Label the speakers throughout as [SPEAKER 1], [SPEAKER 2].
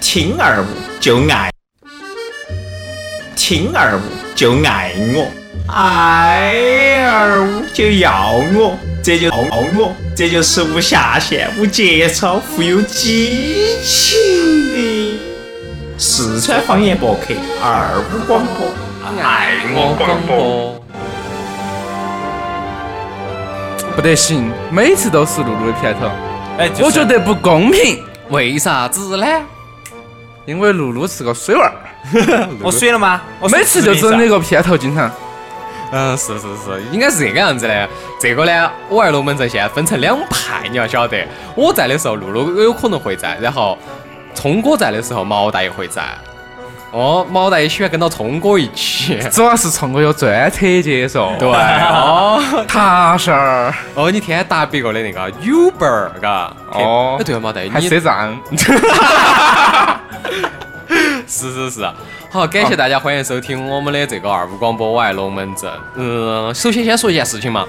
[SPEAKER 1] 听二五就爱，听二五就爱我，爱二五就要我，这就我，这就是无下限、无节操、富有激情的四川方言博客二五广播，爱我广播。
[SPEAKER 2] 不得行，每次都是露露的片头，
[SPEAKER 3] 哎，
[SPEAKER 2] 我觉
[SPEAKER 3] 得
[SPEAKER 2] 得不公平，
[SPEAKER 3] 为啥子呢？
[SPEAKER 2] 因为露露是个水娃儿，
[SPEAKER 3] 我水了吗？我水
[SPEAKER 2] 每次就
[SPEAKER 3] 指
[SPEAKER 2] 整
[SPEAKER 3] 定
[SPEAKER 2] 那
[SPEAKER 3] 是啊。
[SPEAKER 2] 个片头，经常
[SPEAKER 3] 嗯，是是是，应该是这个样子的。这个呢，我爱龙门阵现在分成两派，你要晓得，我在的时候，露露有可能会在，然后聪哥在的时候，毛大爷会在。哦，毛大爷喜欢跟到聪哥一 起。
[SPEAKER 2] 主要是冲我有专车接送，
[SPEAKER 3] 对，哦，
[SPEAKER 2] 踏实儿，
[SPEAKER 3] 哦，你天天搭别个的那个 Uber，嘎。
[SPEAKER 2] 哦
[SPEAKER 3] 哎，对了，毛大爷，
[SPEAKER 2] 还
[SPEAKER 3] 你
[SPEAKER 2] 赊账，
[SPEAKER 3] 是是是，好，感谢大家，欢迎收听我们的这个二五广播，我爱龙门阵。嗯，首先先说一件事情嘛，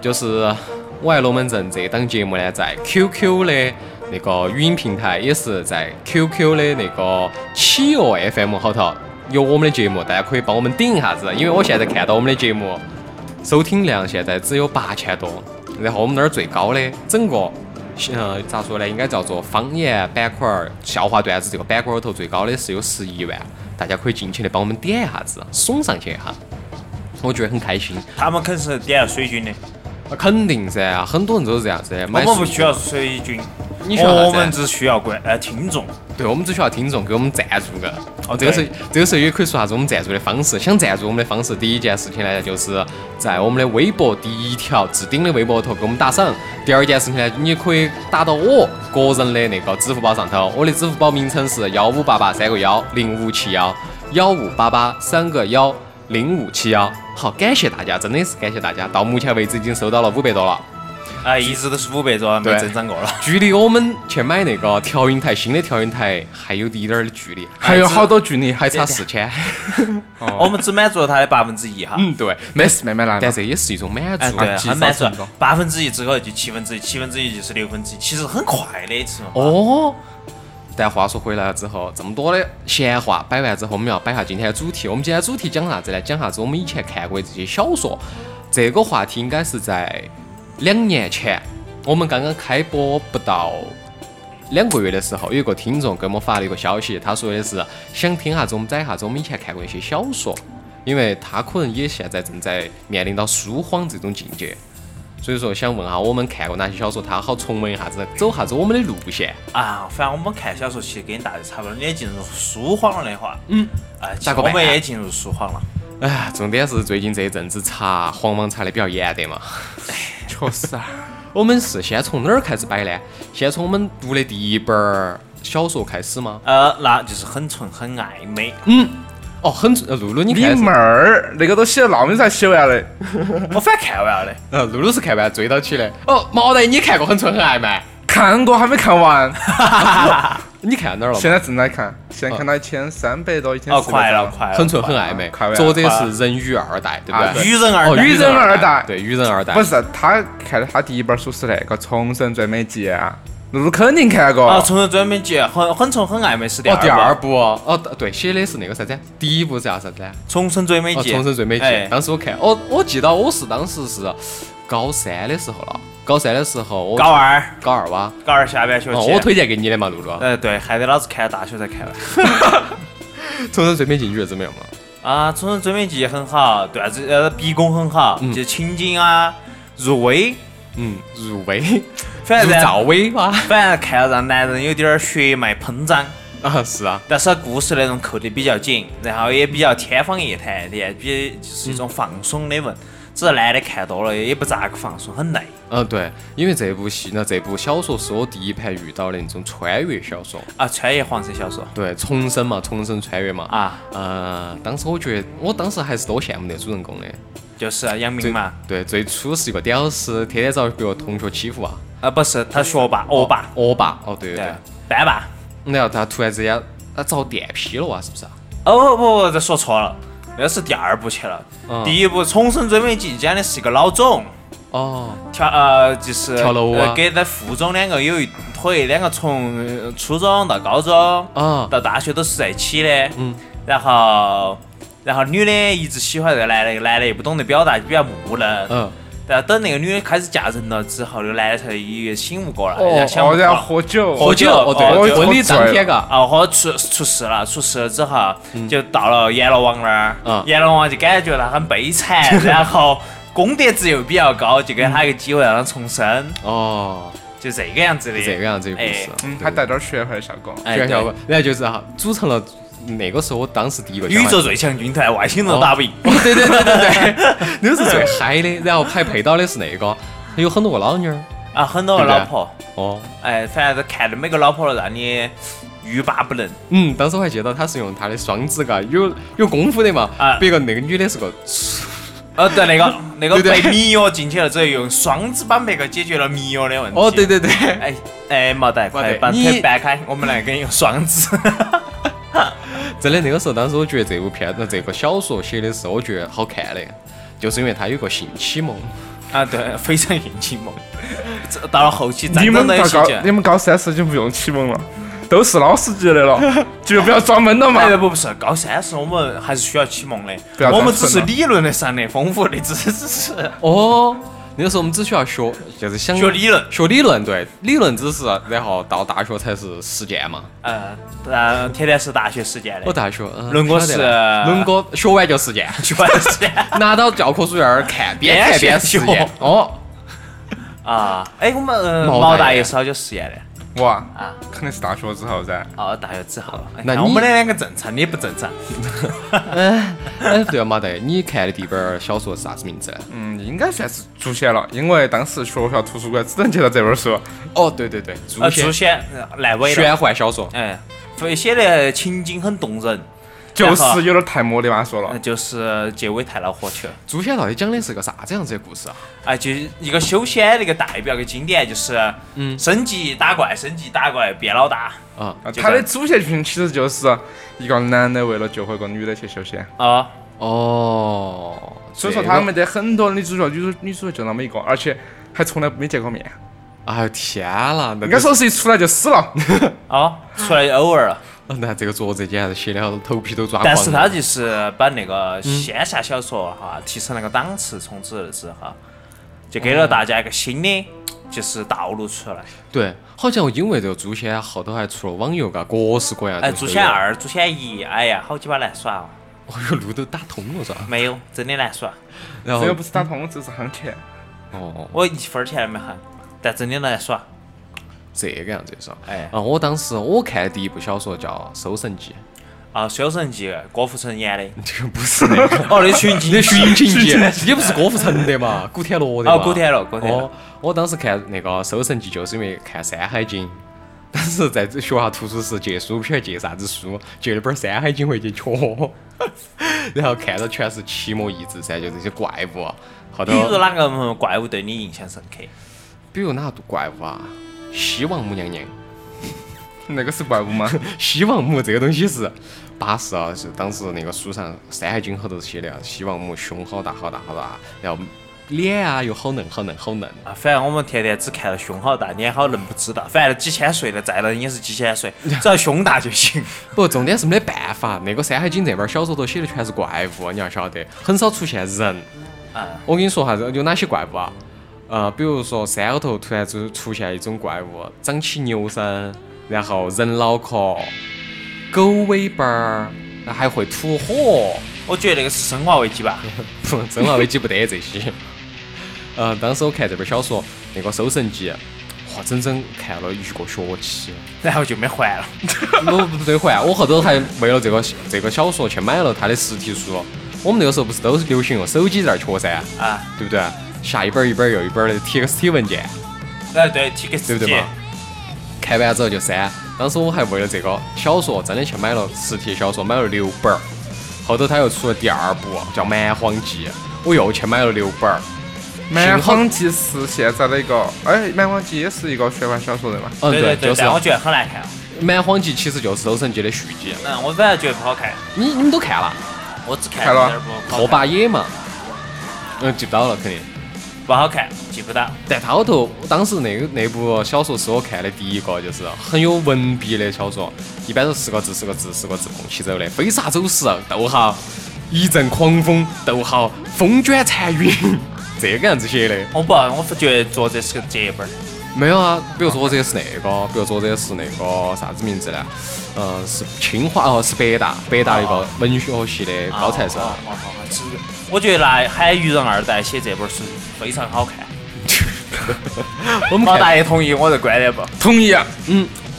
[SPEAKER 3] 就是我爱龙门阵这档节目呢，在 QQ 的那个语音平台，也是在 QQ 的那个企鹅 FM 后头有我们的节目，大家可以帮我们顶一下子，因为我现在看到我们的节目收听量现在只有八千多，然后我们那儿最高的整个。呃，咋说呢？应该叫做方言板块儿、笑话段子这个板块儿头最高的是有十一万，大家可以尽情的帮我们点一下子，送上去哈，我觉得很开心。
[SPEAKER 4] 他们肯定是点了水军的，
[SPEAKER 3] 啊肯定噻，很多人都是这样子的。
[SPEAKER 4] 我
[SPEAKER 3] 买
[SPEAKER 4] 们
[SPEAKER 3] 书哦
[SPEAKER 4] 不需要水军，
[SPEAKER 3] 你需要啥子
[SPEAKER 4] 我们只需要观呃听众。
[SPEAKER 3] 对，我们只需要听众给我们赞助个。
[SPEAKER 4] 哦
[SPEAKER 3] 这个
[SPEAKER 4] 对
[SPEAKER 3] 时候，这个时候也可以说下子我们赞助的方式。想赞助我们的方式，第一件事情呢，就是在我们的微博第一条置顶的微博头给我们打赏。第二件事情呢，你可以打到我个人的那个支付宝上头，我的支付宝名称是幺五八八三个幺零五七幺幺五八八三个幺零五七幺。好，感谢大家，真的是感谢大家。到目前为止已经收到了五百多了。
[SPEAKER 4] 哎，一直都是五百多，没
[SPEAKER 3] 对
[SPEAKER 4] 增长过了。
[SPEAKER 3] 距离我们去买那个调音台新的调音台还有一点儿的距离，
[SPEAKER 2] 还有好多距离，还
[SPEAKER 3] 还差
[SPEAKER 2] 差
[SPEAKER 3] 四
[SPEAKER 2] 四，
[SPEAKER 3] 千。
[SPEAKER 4] 我们只满足了他的百分之一哈。
[SPEAKER 3] 嗯，对。
[SPEAKER 2] 没事，慢慢来啊
[SPEAKER 3] 但
[SPEAKER 2] 嘛。
[SPEAKER 3] 这也是一种满
[SPEAKER 4] 哎，
[SPEAKER 3] 足，啊
[SPEAKER 4] 对，
[SPEAKER 3] 积少
[SPEAKER 4] 很满足
[SPEAKER 3] 成多。
[SPEAKER 4] 百分之一之后就七分之一，七分之一就是六分之一，其实很快的，是吗？
[SPEAKER 3] 哦。但话说回来了之后，这么多的闲话摆完之后，我们要摆下今天的主题。我们今天的主题讲啥子呢？讲啥子？我们以前看过的这些小说。这个话题应该是在两年前，我们刚刚开播不到两个月的时候，有一个听众给我们发了一个消息，他说的是想听啥子我们讲啥子我们以前看过的一些小说，因为他可能也现在正在面临到书荒这种境界，所以说想问下我们看过哪些小说，他好重温一下子，走啥子我们的路线。
[SPEAKER 4] 啊，反正我们看小说其实跟大家差不多，你也进入书荒了的话，
[SPEAKER 3] 嗯，
[SPEAKER 4] 啊，其
[SPEAKER 3] 咋
[SPEAKER 4] 实
[SPEAKER 3] 个
[SPEAKER 4] 我
[SPEAKER 3] 办
[SPEAKER 4] 们也进入书荒了。
[SPEAKER 3] 哎，重点是最近这一阵子查黄网查的比较严得嘛。
[SPEAKER 2] 确实啊，
[SPEAKER 3] 我们是先从哪儿开始摆呢？先从我们读的第一本儿小说开始吗？
[SPEAKER 4] 呃，那就是很纯很暧昧，
[SPEAKER 3] 哦，很呃露露，你
[SPEAKER 2] 你
[SPEAKER 3] 看是
[SPEAKER 2] 妹儿，那个都写了那么才写完嘞，
[SPEAKER 3] 嗯
[SPEAKER 4] 我反正看完了的。
[SPEAKER 3] 呃，露露是看完追到起的。哦，毛蛋，你看过《很纯很爱吗？
[SPEAKER 2] 看过还没看完，
[SPEAKER 3] 你看哪儿了
[SPEAKER 2] 现？在正在看，现在看到一千三百多，一千
[SPEAKER 4] 哦，
[SPEAKER 2] 四百
[SPEAKER 4] 快
[SPEAKER 2] 多
[SPEAKER 4] 了，。快了，
[SPEAKER 3] 很纯很暧昧
[SPEAKER 2] 快完，了
[SPEAKER 3] 作者是人鱼二代，对不
[SPEAKER 2] 啊
[SPEAKER 3] 对？
[SPEAKER 2] 对
[SPEAKER 4] 愚人
[SPEAKER 3] 哦
[SPEAKER 4] 二代，
[SPEAKER 2] 愚人二代
[SPEAKER 3] 对，愚人二代
[SPEAKER 2] 不是，哦他看的他第一本书是那个《重生最美记》啊，露露肯定看
[SPEAKER 4] 啊，
[SPEAKER 2] 过。
[SPEAKER 4] 纯纯专门集，很很纯很暧昧是第
[SPEAKER 3] 哦，第二
[SPEAKER 4] 二部，
[SPEAKER 3] 部哦，对，写的是那个啥子？第一部是叫啥子呢？
[SPEAKER 4] 重生最美
[SPEAKER 3] 哦，
[SPEAKER 4] 记，
[SPEAKER 3] 重生最美
[SPEAKER 4] 哎
[SPEAKER 3] 记。当时我看，我我记到我是当时是高三的时候了，高三的时候我
[SPEAKER 4] 高二，
[SPEAKER 3] 高二哇，
[SPEAKER 4] 高二下半学
[SPEAKER 3] 哦，
[SPEAKER 4] 期，
[SPEAKER 3] 我推荐给你的嘛，露露。
[SPEAKER 4] 呃，对，还得老子看大学才看完。
[SPEAKER 3] 重生最美记你觉得怎么样嘛？
[SPEAKER 4] 啊，《重生追美记》也很好，段子呃逼宫很好，就情景啊入微，
[SPEAKER 3] 嗯，入微，
[SPEAKER 4] 反
[SPEAKER 3] 入
[SPEAKER 4] 正
[SPEAKER 3] 赵薇哇。
[SPEAKER 4] 反正看了让男人有点儿血脉喷张。
[SPEAKER 3] 啊，是啊，
[SPEAKER 4] 但是它故事内容扣得比较紧，然后也比较天方夜谭的，比就是一种放松的文。只是男的看多了也不咋个放松，很累。
[SPEAKER 3] 嗯，对，因为这部戏呢，这部小说是我第一盘遇到的那种穿越小说，
[SPEAKER 4] 啊，穿越黄色小说
[SPEAKER 3] 对，重生嘛，重生穿越嘛，啊，
[SPEAKER 4] 啊，
[SPEAKER 3] 呃，当时我觉得，我当时还是多羡慕那主人公的，
[SPEAKER 4] 就是啊杨
[SPEAKER 3] 最
[SPEAKER 4] 明嘛，
[SPEAKER 3] 对，最初是一个屌丝，天天遭别个同学欺负啊，
[SPEAKER 4] 啊不是他学霸，恶霸，
[SPEAKER 3] 恶霸，哦，对对
[SPEAKER 4] 对
[SPEAKER 3] 对，，
[SPEAKER 4] 班霸。
[SPEAKER 3] 然后他突然之间他遭电劈了啊，是不是啊？
[SPEAKER 4] 哦不不不，这说错了，那是第二部去了。
[SPEAKER 3] 嗯
[SPEAKER 4] 第一部《重生追美记》讲的是一个老总，
[SPEAKER 3] 哦，
[SPEAKER 4] 跳呃就是
[SPEAKER 3] 跳楼啊
[SPEAKER 4] 呃跟那副总两个有一腿，两个从呃初中到高中
[SPEAKER 3] 啊
[SPEAKER 4] 到大学都是在一起的，嗯，然后然后女的一直喜欢这个男的，男的又不懂得表达，就比较木讷，
[SPEAKER 3] 嗯，
[SPEAKER 4] 然后等那个女的开始嫁人了之后，那个男的才一个醒悟过来，
[SPEAKER 2] 哦
[SPEAKER 4] 然后想不
[SPEAKER 2] 哦，然后
[SPEAKER 4] 通
[SPEAKER 2] 喝酒，
[SPEAKER 3] 喝酒哦
[SPEAKER 2] 哦
[SPEAKER 3] 对，
[SPEAKER 2] 我
[SPEAKER 3] 婚礼
[SPEAKER 2] 醉
[SPEAKER 3] 当
[SPEAKER 2] 了
[SPEAKER 3] 天嘎，
[SPEAKER 4] 哦，后出出事了，出事了之后啊就到了阎罗王那
[SPEAKER 3] 嗯
[SPEAKER 4] 儿，阎罗王就感觉他很悲惨，然后功德值又比较高，就给他一个机会让他重生，
[SPEAKER 3] 哦，
[SPEAKER 4] 就这个样子的。
[SPEAKER 3] 是这个样子的故
[SPEAKER 4] 哎
[SPEAKER 3] 事，
[SPEAKER 2] 嗯，还带点儿玄幻的效果。
[SPEAKER 4] 哎
[SPEAKER 3] 学校
[SPEAKER 4] 对
[SPEAKER 3] 吧，然后就是哈，组成了那个时候我当时第一个
[SPEAKER 4] 宇
[SPEAKER 3] 想法
[SPEAKER 4] 宙最强军团，外星人打不赢。
[SPEAKER 3] 对对对对对，那个是最嗨的。然后还配到的是那个，有很多个老妞儿。
[SPEAKER 4] 啊，很多个老婆，
[SPEAKER 3] 哦，
[SPEAKER 4] 哎，反正看着每个老婆让你欲罢不能。
[SPEAKER 3] 嗯，当时我还记得她是用她的双指嘎，有有功夫的嘛。
[SPEAKER 4] 啊
[SPEAKER 3] 别个那个女的是个，
[SPEAKER 4] 哦，对，那个那个
[SPEAKER 3] 对对
[SPEAKER 4] 被迷药进去了之后，用双指帮别个解决了迷药的问题。
[SPEAKER 3] 哦，对。对对，
[SPEAKER 4] 哎哎，毛蛋，快
[SPEAKER 3] 对
[SPEAKER 4] 把
[SPEAKER 3] 你
[SPEAKER 4] 腿掰开，我们来给你用双指。
[SPEAKER 3] 真的那个时候，当时我觉得这部片子这个小说写的是我觉得好看的，就是因为它有个性启蒙。
[SPEAKER 4] 啊，对，非常运气猛。这到了后期，
[SPEAKER 2] 你
[SPEAKER 4] 真
[SPEAKER 2] 们
[SPEAKER 4] 的有
[SPEAKER 2] 到
[SPEAKER 4] 细
[SPEAKER 2] 高，你
[SPEAKER 4] 节。
[SPEAKER 2] 们高三时就不用启蒙了，都是老师级的 了，就不要装闷了嘛。
[SPEAKER 4] 哎，不不是，高三时我们还是需要启蒙的
[SPEAKER 2] 不要，
[SPEAKER 4] 我们
[SPEAKER 2] 再
[SPEAKER 4] 只
[SPEAKER 2] 分
[SPEAKER 4] 是
[SPEAKER 2] 了
[SPEAKER 4] 理论的上的 丰富的知识，
[SPEAKER 3] 哦，那个时候我们只需要学，就是想
[SPEAKER 4] 学理论。
[SPEAKER 3] 学理论，对，理论知识，然后到大学才是实践嘛。
[SPEAKER 4] 呃，呃，天天是大学时间
[SPEAKER 3] 我
[SPEAKER 4] 的，
[SPEAKER 3] 大学，嗯
[SPEAKER 4] 伦哥
[SPEAKER 3] 晓得
[SPEAKER 4] 是
[SPEAKER 3] 了伦哥学完就实践。
[SPEAKER 4] 去玩的时间
[SPEAKER 3] 拿到教科书在那儿看，边看边实验。哦，
[SPEAKER 4] 啊。哎，我们呃
[SPEAKER 3] 毛
[SPEAKER 4] 毛
[SPEAKER 3] 大
[SPEAKER 4] 大
[SPEAKER 3] 爷
[SPEAKER 4] 也是好久实验的。
[SPEAKER 2] 我啊，肯定是大学之后噻。
[SPEAKER 4] 哦，大学之后，哎
[SPEAKER 3] 那
[SPEAKER 4] 看
[SPEAKER 3] 你
[SPEAKER 4] 我们的两个正常，你不正常。
[SPEAKER 3] 哎，对了，马德，你看的第一本小说是啥子名字呢？
[SPEAKER 2] 嗯，应该算是诛仙了，因为当时学校图书馆只能借到这本书。
[SPEAKER 3] 哦，对对对，诛
[SPEAKER 4] 呃，
[SPEAKER 3] 仙
[SPEAKER 4] 诛仙呃烂尾了，
[SPEAKER 3] 玄幻小说。
[SPEAKER 4] 嗯，会写的情景很动人，
[SPEAKER 2] 就是有点太魔力嘛，说
[SPEAKER 4] 呃
[SPEAKER 2] 了，
[SPEAKER 4] 就是结尾太恼火去了。
[SPEAKER 3] 诛仙到底讲的是个啥子样子的故事啊？
[SPEAKER 4] 啊，就是一个修仙的一个代表，一个经典就是，嗯，升级打怪，升级打怪变老大。
[SPEAKER 3] 啊，
[SPEAKER 2] 啊
[SPEAKER 4] 就
[SPEAKER 2] 他的
[SPEAKER 4] 在
[SPEAKER 2] 主线剧情其实就是一个男的为了救活一个女的去修仙，
[SPEAKER 4] 啊，
[SPEAKER 3] 哦，
[SPEAKER 2] 所以说他们的很多女主角、女主女主角就那么一个，而且还从来没见过面，
[SPEAKER 4] 嗯
[SPEAKER 3] 这个，哎呦天啦，那
[SPEAKER 2] 应该
[SPEAKER 3] 个，
[SPEAKER 2] 说是一出来就死了。
[SPEAKER 4] 哦，出来偶尔了，
[SPEAKER 3] 那这个作者简直是写的头皮都抓
[SPEAKER 4] 但是
[SPEAKER 3] 狂
[SPEAKER 4] 他
[SPEAKER 3] 了。
[SPEAKER 4] 就是把那个仙侠小说哈提升了个档次，从此之后就给了大家一个新的就是道路出来。
[SPEAKER 3] 对，好像因为这个诛仙后头还出了网游嘎，各式各样的。
[SPEAKER 4] 哎，诛仙，二、诛仙一，哎呀，好鸡巴难耍哦！
[SPEAKER 3] 哦哟，路都打通了是吧？
[SPEAKER 4] 没有，真的难耍，
[SPEAKER 3] 然
[SPEAKER 2] 这
[SPEAKER 3] 后
[SPEAKER 2] 个不是打通，这是夯钱。
[SPEAKER 3] 哦，
[SPEAKER 4] 我一分钱都没喊，但真的难耍。
[SPEAKER 3] 这个样子是吧？
[SPEAKER 4] 哎
[SPEAKER 3] 啊，我当时我看的第一部小说叫《搜神记》。
[SPEAKER 4] 啊，《修神记》郭富城 演的，
[SPEAKER 3] 这个不是那个，哦，那 寻秦，那寻秦记， 也不是郭富城的嘛，古天乐的嘛
[SPEAKER 4] 哦，古天乐，古天
[SPEAKER 3] 哦
[SPEAKER 4] 乐，，
[SPEAKER 3] 我当时看那个《搜神记》，就是因为看《山海经》， 当时在学校图书室借书，不晓得借啥子书，借了本《山海经》回去瞧， 然后看到全是奇魔异志噻，就这些怪物。后头
[SPEAKER 4] 比，如哪个嗯怪物对你印象深刻？
[SPEAKER 3] 比如哪个怪物啊？西王母娘娘，
[SPEAKER 2] 那个是怪物 吗？
[SPEAKER 3] 西王母这个东西是巴适啊，是当时那个书上《山海经》后头写的啊，西王母胸好大好大好大，然后脸啊又好嫩好嫩好嫩，
[SPEAKER 4] 啊，反正我们天天只看到胸好大，脸好嫩不知道，反正几千岁的再嫩也是几千 岁，只要胸大就行。
[SPEAKER 3] 不，重点是没得办法，那个《山海经》这本小说头写的全是怪物，你要晓得，很少出现人。
[SPEAKER 4] 啊，
[SPEAKER 3] 我跟你说哈，有哪些怪物啊？呃，比如说山后头突然就出现一种怪物，长起牛身，然后人脑壳、狗尾巴儿，那还会吐火。
[SPEAKER 4] 我觉得那个是生化危机吧？
[SPEAKER 3] 不《生化危机》不得这些。 呃，当时我看这本小说，那个《搜神记》，哇，整整看了一个学期。
[SPEAKER 4] 然后就没 还了。
[SPEAKER 3] 我不兑换，啊我后头还为了这个这个小说去买了他的实体书。我们那个时候不是都是流行用手机在那儿瞧噻，
[SPEAKER 4] 啊，
[SPEAKER 3] 对不对？下一本儿一本儿又一本儿的 TXT 文件，
[SPEAKER 4] 哎对，提
[SPEAKER 3] 对
[SPEAKER 4] 个时
[SPEAKER 3] 不对
[SPEAKER 4] 间
[SPEAKER 3] 嘛。？看完之后就删。当时我还为了这个小说真的去买了实体小说，买了六本儿。后头他又出了第二部叫《蛮荒记》，我又去买了六本儿。
[SPEAKER 2] 蛮荒记是现在的一个，哎，蛮荒记也是一个玄幻小说的嘛。
[SPEAKER 3] 嗯，
[SPEAKER 4] 对
[SPEAKER 3] 就
[SPEAKER 4] 对，
[SPEAKER 3] 是
[SPEAKER 4] 但我觉得很难看。
[SPEAKER 3] 《蛮荒记》，其实就是《搜神记》的续集。
[SPEAKER 4] 嗯，我反正觉得不好看，
[SPEAKER 3] 你你们都看了？
[SPEAKER 4] 我只看
[SPEAKER 2] 看了
[SPEAKER 4] 点儿不好看
[SPEAKER 3] 拓。跋野嘛，嗯，记不到了肯定。
[SPEAKER 4] 不好看，记不到。
[SPEAKER 3] 但他后头当时那个那部小说是我看的第一个，就是很有文笔的小说，一般都是四个字、四个字、四个字空起走的，飞沙走石，逗号，一阵狂风，逗号，风卷残云， 这个样子写的。
[SPEAKER 4] 我不，我不觉得作者是个结巴儿。
[SPEAKER 3] 没有啊，比如说这个是那个，比如说这个是那个啥子名字呢？嗯、是清华哦，是北大，北大的一个文学系的高材生。
[SPEAKER 4] 哦哦哦哦是我觉得那海鱼人二代写这本书非常好 看。
[SPEAKER 3] 我们
[SPEAKER 4] 老
[SPEAKER 3] 看
[SPEAKER 4] 大爷同意我的观点不？
[SPEAKER 2] 同意啊，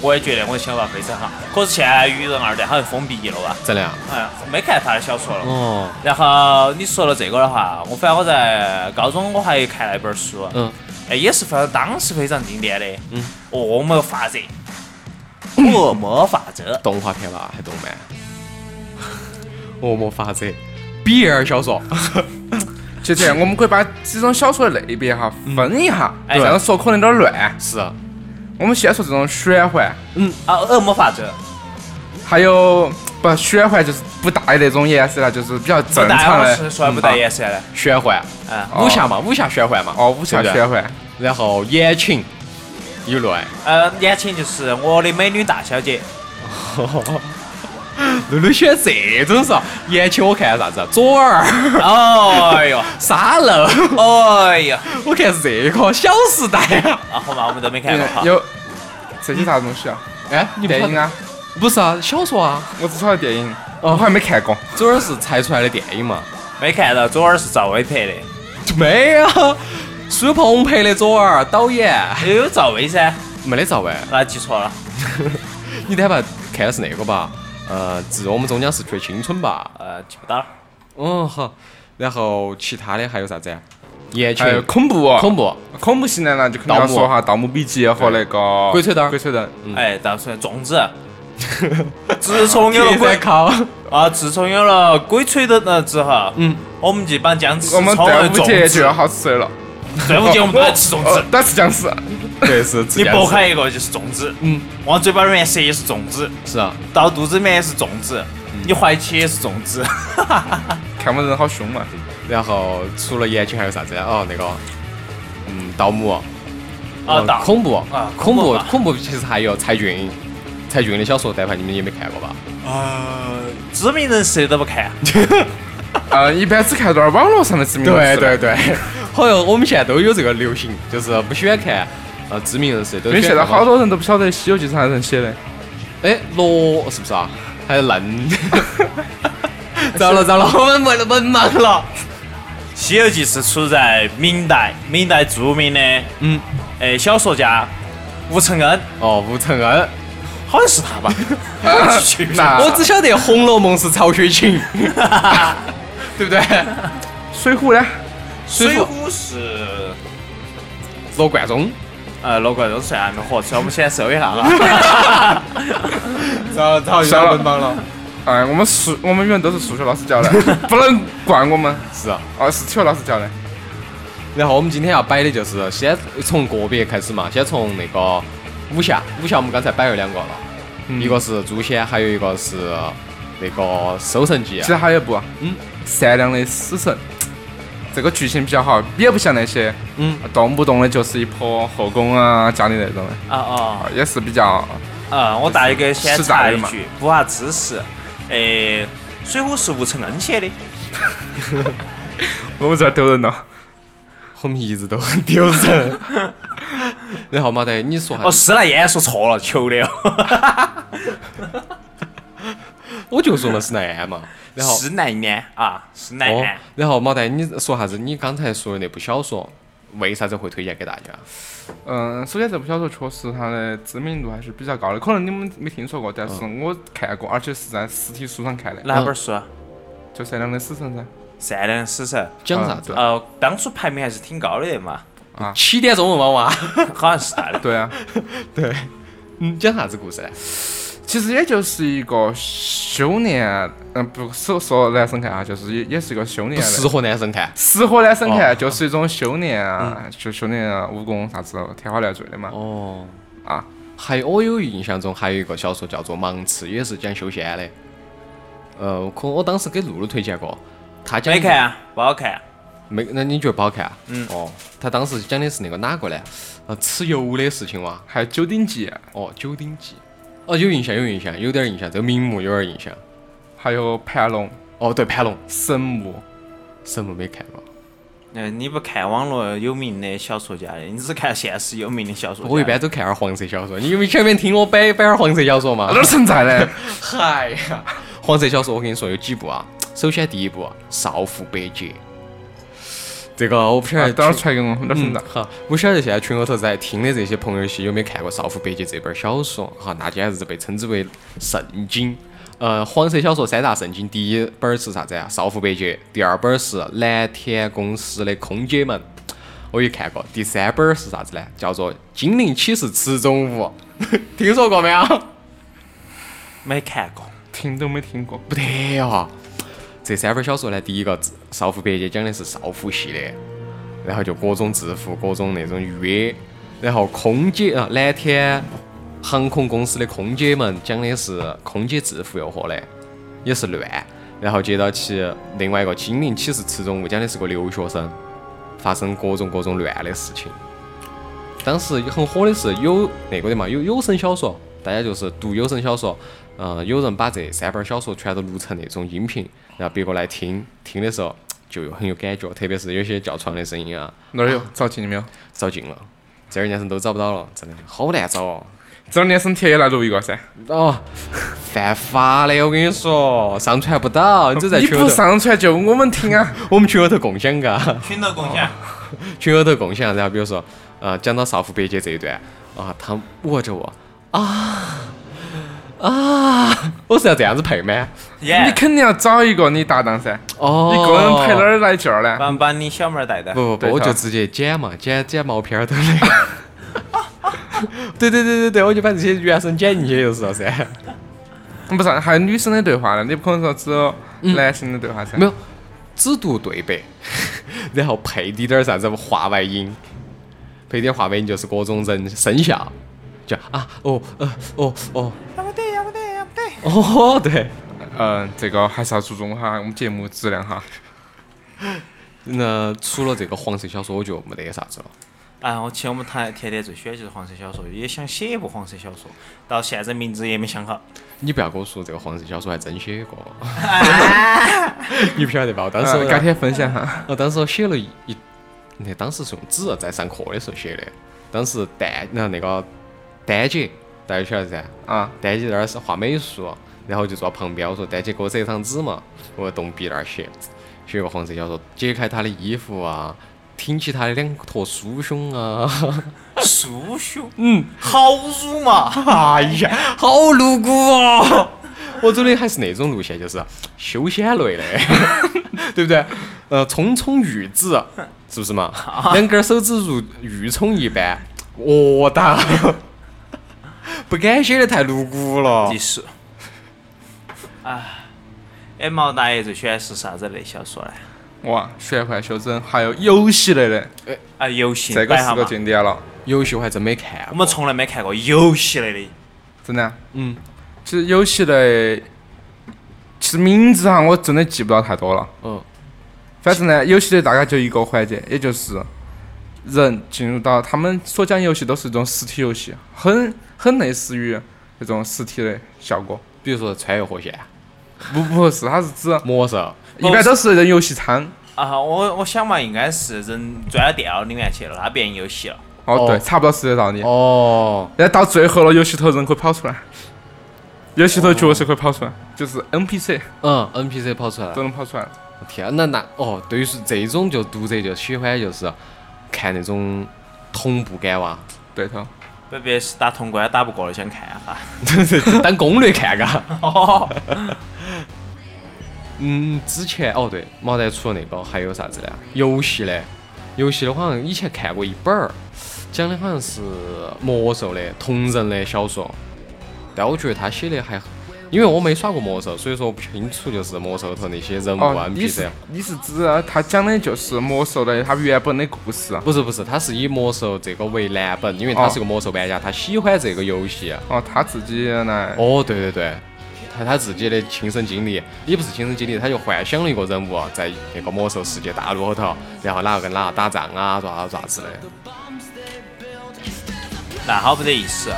[SPEAKER 4] 我也觉得我的想法非常好。可是现在鱼人二代好像封闭了吧？
[SPEAKER 3] 真的啊，
[SPEAKER 4] 哎呀，没看他的小说了。
[SPEAKER 3] 哦，
[SPEAKER 4] 然后你说了这个的话，我反正我在高中我还看了一本书，
[SPEAKER 3] 嗯，
[SPEAKER 4] 哎，也是非常当时非常经典的，嗯，恶魔法则，恶魔法则，
[SPEAKER 3] 动画片吧，还动漫， 恶魔法则，比尔小说，
[SPEAKER 2] 其实我们可以把这种小说的类别哈分一下，
[SPEAKER 4] 哎
[SPEAKER 2] 这样说可能有点乱。
[SPEAKER 3] 是啊
[SPEAKER 2] 我们先说这种玄幻，
[SPEAKER 4] 啊，恶魔法则，
[SPEAKER 2] 还有不玄幻就是不带那种颜色了，就是比较
[SPEAKER 4] 不
[SPEAKER 2] 正
[SPEAKER 4] 带
[SPEAKER 2] 常
[SPEAKER 4] 我
[SPEAKER 2] 的。
[SPEAKER 4] 是说不
[SPEAKER 2] 嗯
[SPEAKER 4] 带
[SPEAKER 2] 啊
[SPEAKER 4] 颜色的，
[SPEAKER 3] 玄幻，
[SPEAKER 4] 啊，
[SPEAKER 3] 武侠嘛，武侠玄幻嘛，
[SPEAKER 2] 哦，武侠
[SPEAKER 3] 对不对
[SPEAKER 2] 玄幻，
[SPEAKER 3] 然后言情，有泪，
[SPEAKER 4] 呃，言情就是我的美女大 小姐，
[SPEAKER 3] 露露选这种是吧言情，我看啥子？左耳，
[SPEAKER 4] 哦 哎呦，
[SPEAKER 3] 沙漏，
[SPEAKER 4] 哎呦，
[SPEAKER 3] 我看是这个《小时代》啊。
[SPEAKER 4] 啊，好嘛，我们都没看过哈，
[SPEAKER 2] 有这些啥东西啊？
[SPEAKER 3] 哎，你不
[SPEAKER 2] 电
[SPEAKER 3] 晓
[SPEAKER 2] 影
[SPEAKER 3] 得？
[SPEAKER 2] 啊，
[SPEAKER 3] 不是啊，小说啊，
[SPEAKER 2] 我只晓得电影，我还没看过。
[SPEAKER 3] 左耳是才出来的电影嘛？
[SPEAKER 4] 没看到，左耳是赵薇拍的，
[SPEAKER 3] 没啊，苏鹏拍的左耳，导演
[SPEAKER 4] 也哎有赵薇噻，
[SPEAKER 3] 没得赵薇。
[SPEAKER 4] 那记错了，
[SPEAKER 3] 你等下吧，看的是那个吧？呃，致我们终将逝去的青春吧。
[SPEAKER 4] 呃，记不到了，
[SPEAKER 3] 哦好，然后其他的还有啥子呀？言情
[SPEAKER 2] 还、有恐怖，哦
[SPEAKER 3] 恐怖、
[SPEAKER 2] 恐怖型的呢，就肯定要说哈《盗墓笔记》和那个《
[SPEAKER 3] 哦鬼吹灯
[SPEAKER 2] 鬼吹灯。
[SPEAKER 4] 哎，到处粽 子，自从有了
[SPEAKER 3] 铁
[SPEAKER 4] 鬼
[SPEAKER 3] 三。靠，
[SPEAKER 4] 啊，自从有了鬼吹灯了之后，嗯，我们就把僵尸
[SPEAKER 2] 我们
[SPEAKER 4] 称
[SPEAKER 2] 端
[SPEAKER 4] 为
[SPEAKER 2] 午节
[SPEAKER 4] 粽
[SPEAKER 2] 就要
[SPEAKER 4] 子。
[SPEAKER 2] 好吃的了。
[SPEAKER 4] 端午节我们 不能吃粽
[SPEAKER 2] 哦
[SPEAKER 4] 子，，
[SPEAKER 2] 但是僵尸，
[SPEAKER 3] 对是，
[SPEAKER 4] 你
[SPEAKER 3] 剥
[SPEAKER 4] 剥开一个就是粽子，
[SPEAKER 3] 嗯，
[SPEAKER 4] 往嘴巴里面塞也是粽子，
[SPEAKER 3] 是啊，
[SPEAKER 4] 到肚子里面也是粽子，
[SPEAKER 2] 嗯
[SPEAKER 4] 你怀起也是粽子。
[SPEAKER 2] 看我们人好凶嘛。
[SPEAKER 3] 然后除了言情还有啥子呀？哦，那个，嗯，盗墓，
[SPEAKER 4] 啊，
[SPEAKER 3] 嗯
[SPEAKER 4] 到
[SPEAKER 3] 恐怖
[SPEAKER 4] 啊
[SPEAKER 3] 恐
[SPEAKER 4] 恐怖
[SPEAKER 3] 怖
[SPEAKER 4] 吧
[SPEAKER 3] 恐怖其实还有柴俊，柴俊的小说，但凡你们也没看过吧？
[SPEAKER 4] 呃，知名人士都 不看，
[SPEAKER 2] 呃，一般只看点儿网络上的知名人士。
[SPEAKER 3] 对， 好像我们现在都有这个流行，就是不喜欢看呃知名人士，都
[SPEAKER 2] 因为
[SPEAKER 3] 喜
[SPEAKER 2] 现
[SPEAKER 3] 欢
[SPEAKER 2] 在
[SPEAKER 3] 看
[SPEAKER 2] 好多人都不晓得《西游记》是啥人写的。
[SPEAKER 3] 哎，罗是不是啊？还有嫩， 糟了糟了， 我们文文盲了。
[SPEAKER 4] 《西游记》是处在明代，明代著名的
[SPEAKER 3] 嗯，
[SPEAKER 4] 哎小说家吴承恩，
[SPEAKER 3] 哦，吴承恩，
[SPEAKER 4] 好像是他 吧？ 啊
[SPEAKER 2] 那
[SPEAKER 3] 我只晓得《红楼梦》是曹雪芹，对不对？
[SPEAKER 2] 水浒呢？
[SPEAKER 4] 水
[SPEAKER 3] 水
[SPEAKER 4] 浒是
[SPEAKER 3] 罗贯中，
[SPEAKER 4] 呃，罗贯中虽然还没火，所以我们先收一 下了。
[SPEAKER 3] 糟了糟
[SPEAKER 2] 算了，忙了。哎，我们数，我们语文都是数学老师 教的，不能怪我们，
[SPEAKER 3] 是啊。
[SPEAKER 2] 哦，是体育老师教的。
[SPEAKER 3] 然后我们今天要摆的就是先从个别开始嘛，先从那个武侠，武侠我们刚才摆了两个了，一个是诛仙，还有一个是那个《搜神记
[SPEAKER 2] 其》实还有一部，啊
[SPEAKER 3] 嗯，
[SPEAKER 2] 善良的死神，这个剧情比较好，也不像那些，
[SPEAKER 3] 嗯，
[SPEAKER 2] 动不动的就是一坨后宫啊、家里那种的，
[SPEAKER 4] 啊啊。
[SPEAKER 2] 也是比较
[SPEAKER 4] 啊、我大概先
[SPEAKER 2] 实
[SPEAKER 4] 查
[SPEAKER 2] 在的
[SPEAKER 4] 一
[SPEAKER 2] 嘛
[SPEAKER 4] 句，补下知识。诶，《水浒》是吴承恩写的，
[SPEAKER 3] 嗯
[SPEAKER 2] 我们这儿丢人了。
[SPEAKER 3] 我们一直都很丢人。然后马德，你说下
[SPEAKER 4] 哦，施耐庵说错了，求的哦。
[SPEAKER 3] 我就说了是南安嘛，然 后
[SPEAKER 4] 施耐庵啊，施耐
[SPEAKER 3] 哦
[SPEAKER 4] 庵。，
[SPEAKER 3] 然后毛蛋，你说啥子？你刚才说的那部小说，为啥子会推荐给大家？
[SPEAKER 2] 嗯，首先这部小说确实它的知名度还是比较高的，可能你们没听说过，但是我看过，而且是在实体书上看的，
[SPEAKER 3] 嗯
[SPEAKER 4] 哪本书啊？
[SPEAKER 2] 就《善良的死神》噻。
[SPEAKER 4] 善良的死神。
[SPEAKER 3] 讲啥子？
[SPEAKER 4] 哦，当初排名还是挺高的嘛，
[SPEAKER 3] 起点中文娃娃，
[SPEAKER 4] 好像是他的。
[SPEAKER 2] 对啊，
[SPEAKER 3] 对，嗯，讲啥子故事呢？
[SPEAKER 2] 其实也就是一个修炼，嗯，不说说男生看啊，就是也也是一个修炼
[SPEAKER 3] 不适
[SPEAKER 2] 的。
[SPEAKER 3] 合男生看。
[SPEAKER 2] 适合男生看啊就是一种修炼啊，就修炼啊武功啥子天花乱坠的嘛。
[SPEAKER 3] 嗯哦，
[SPEAKER 2] 啊，
[SPEAKER 3] 还有我有印象中还有一个小说叫做《芒刺》，也是讲修仙的。呃，可我当时给露露推荐过，她讲
[SPEAKER 4] 没看啊，不好看。
[SPEAKER 3] 没，那你觉得不好看啊？
[SPEAKER 4] 嗯
[SPEAKER 3] 哦，他当时讲的是那个哪个呢？呃，蚩尤的事情哇。
[SPEAKER 2] 还有《九鼎记》，
[SPEAKER 3] 哦，《九鼎记》。哦，有印象，有印象，有点印象，这个名目有点印象。
[SPEAKER 2] 还有盘龙、
[SPEAKER 3] 哦，对，盘龙，
[SPEAKER 2] 神
[SPEAKER 3] 哦
[SPEAKER 2] 木。
[SPEAKER 3] 什么没看嘛？
[SPEAKER 4] 嗯，你不看网络有名的小说家的，你只看现实有名的小说家。
[SPEAKER 3] 我一般都看点儿黄色小说。你有没有前面听我摆摆点儿黄色小说嘛？
[SPEAKER 2] 哪儿存 在呢？
[SPEAKER 3] 嗨呀，黄色小说我跟你说有几部啊？首先第一部《少妇百劫》，这个我不晓
[SPEAKER 2] 啊
[SPEAKER 3] 得
[SPEAKER 2] 等会儿
[SPEAKER 3] 群
[SPEAKER 2] 传给我，哪儿存
[SPEAKER 3] 嗯
[SPEAKER 2] 在？，
[SPEAKER 3] 好，不晓得现在群后头在听的这些朋友些有没有看过《少妇百劫》这本小说？哈，那简直是被称之为圣经。呃，黄色小说三大圣经，第一本儿是啥子啊？《少妇百劫》，第二本儿是蓝田公司的《空姐们》，我也看过。第三本儿是啥子呢？叫做《金陵启示池中物》， 听说过没有？
[SPEAKER 4] 没看过，
[SPEAKER 2] 听都没听过。
[SPEAKER 3] 不得呀、这三本小说呢，第一个《少妇百劫》讲的是少妇系列，然后就各种制服，各种那种约，然后空姐啊，蓝天航空公司的空姐们讲的是空姐制服诱惑的，也是乱。然后接到起另外一个《金陵启示池中物》，讲的是个留学生发生各种各种乱的事情。当时很火的是有那个的嘛，有有声小说，大家就是读有声小说，呃，有人把这三本小说全都录成那种音频，然后别个来听，听的时候就有很有感觉，特别是有些叫床的声音啊，
[SPEAKER 2] 哪儿有？找进了没有？
[SPEAKER 3] 找尽了，这二年生都找不到了，真的好难找哦。
[SPEAKER 2] 这两天生铁也来录一个噻。
[SPEAKER 3] 哦，犯法的，我跟你说，上传不到，你只在
[SPEAKER 2] 你
[SPEAKER 3] 群后
[SPEAKER 2] 不
[SPEAKER 3] 头，
[SPEAKER 2] 上传就我们听啊。
[SPEAKER 3] 我们群后头共享嘎。
[SPEAKER 4] 群头共 享。
[SPEAKER 3] 群友的共享，然后比如说，呃，讲到少妇百劫这一段，啊，他握着我，啊啊，我是要这样子配吗？
[SPEAKER 2] 你
[SPEAKER 4] 耶，
[SPEAKER 2] 肯定要找一个你搭档噻，
[SPEAKER 3] 哎哦，
[SPEAKER 2] 你个人配哪儿来劲儿呢？
[SPEAKER 4] 帮把你小妹儿带带。
[SPEAKER 3] 不不
[SPEAKER 2] 对
[SPEAKER 3] 不，我
[SPEAKER 2] 头
[SPEAKER 3] 就直接剪嘛，剪剪毛片儿的那个。 对对对对对，我就把这些原声剪进去就是了 噻。
[SPEAKER 2] 不是，还有女生的对话呢，你不可能说只有男性的对话噻。
[SPEAKER 3] 嗯没有，只读对白， 然后配滴点儿啥子话外音，配点儿话外音就是各种人声效，就啊哦呃哦哦
[SPEAKER 4] 要不对，要不对，要不对。
[SPEAKER 3] 哦对。
[SPEAKER 2] 嗯，这个还是要注重哈我们节目质量哈。
[SPEAKER 3] 那除了这个黄色小说，我就没得啥子了。
[SPEAKER 4] 啊，我其实我们台甜甜最喜欢就是黄色小说，也想写一部黄色小说，到现在名字也没想好。
[SPEAKER 3] 你不要跟我说这个黄色小说还真写过， 你不晓得吧？我当时
[SPEAKER 2] 嗯，哎改
[SPEAKER 3] 我
[SPEAKER 2] 天分享哈。
[SPEAKER 3] 我当时我写了一，一那当时是用纸在上课的时候写的。当时丹那那个丹姐，大家晓得噻？
[SPEAKER 2] 啊，
[SPEAKER 3] 丹姐在那儿是画美术，然后就坐旁边，我说丹姐给我折一张纸嘛，我就动笔那儿写，写个黄色小说，解开她的衣服啊，挺起她的两坨酥胸啊，
[SPEAKER 4] 叔叔，嗯，好辱嘛，
[SPEAKER 3] 哎呀，好露骨哦！ 我走的还是那种路线，就是休闲类的， 对不对？呃，葱葱玉指，是不是嘛？两根手指如玉葱一般，我哒， 不敢写的太露骨了
[SPEAKER 4] 第。十。啊，哎，毛大爷最喜欢是啥子类小说呢？
[SPEAKER 2] 哇，玄幻修真，还有游戏类的，
[SPEAKER 4] 啊，游戏，
[SPEAKER 2] 这个
[SPEAKER 4] 摆下
[SPEAKER 2] 是个
[SPEAKER 4] 嘛。
[SPEAKER 2] 经典了，
[SPEAKER 3] 游戏我还真没看过，
[SPEAKER 4] 我们从来没看过游戏类的。
[SPEAKER 2] 真的。
[SPEAKER 3] 嗯，
[SPEAKER 2] 其实游戏类，其实名字哈，我真的记不到太多了。
[SPEAKER 3] 嗯，
[SPEAKER 2] 反正呢，游戏类大概就一个环节，也就是人进入到他们所讲游戏都是一种实体游戏，很很类似于那种实体的效果。
[SPEAKER 3] 比如说穿越火线、
[SPEAKER 2] 不不是，它是指
[SPEAKER 3] 魔兽，
[SPEAKER 2] 一般都是人游戏仓。
[SPEAKER 4] 啊，我我想嘛，应该是人钻到电脑里面去了，它变游戏了。
[SPEAKER 2] 哦，对，
[SPEAKER 3] 哦
[SPEAKER 2] 差不多是这道理。
[SPEAKER 3] 哦，
[SPEAKER 2] 然后到最后了，游戏头人可以跑出来，游戏
[SPEAKER 3] 哦
[SPEAKER 2] 头角色可以跑出来，就是 NPC
[SPEAKER 3] 嗯，NPC 跑出来了
[SPEAKER 2] 都。能跑出来。
[SPEAKER 3] 天呐，那哦，对于是这种就读者就喜欢就是看那种同步感哇，
[SPEAKER 2] 对头，
[SPEAKER 4] 特别是打通关打不过了，想看啊一下。
[SPEAKER 3] 当攻略看嘎。
[SPEAKER 2] 哦
[SPEAKER 3] 嗯，之前哦对，毛蛋除了那个还有啥子呢？游戏嘞，游戏的话好像以前看过一本儿，讲的好像是魔兽的同人的小说，但我觉得他写的还，因为我没耍过魔兽，所以说我不清楚就是魔兽头那些人物啊
[SPEAKER 2] 哦，你
[SPEAKER 3] NPC
[SPEAKER 2] 是。你是指他讲的就是魔兽的他原本的故事。啊
[SPEAKER 3] 不是不是，他是以魔兽这个为蓝本，因为他
[SPEAKER 2] 哦
[SPEAKER 3] 是个魔兽玩家，他喜欢这个游戏。啊
[SPEAKER 2] 哦，他自己来。
[SPEAKER 3] 哦，对对对，他他他自己的亲身经历，也不是亲身经历，他就幻想了一个人物啊在那个魔兽世界大陆后头，然后哪个跟哪个打仗啊，咋咋之类的。
[SPEAKER 4] 那好不得意思哦。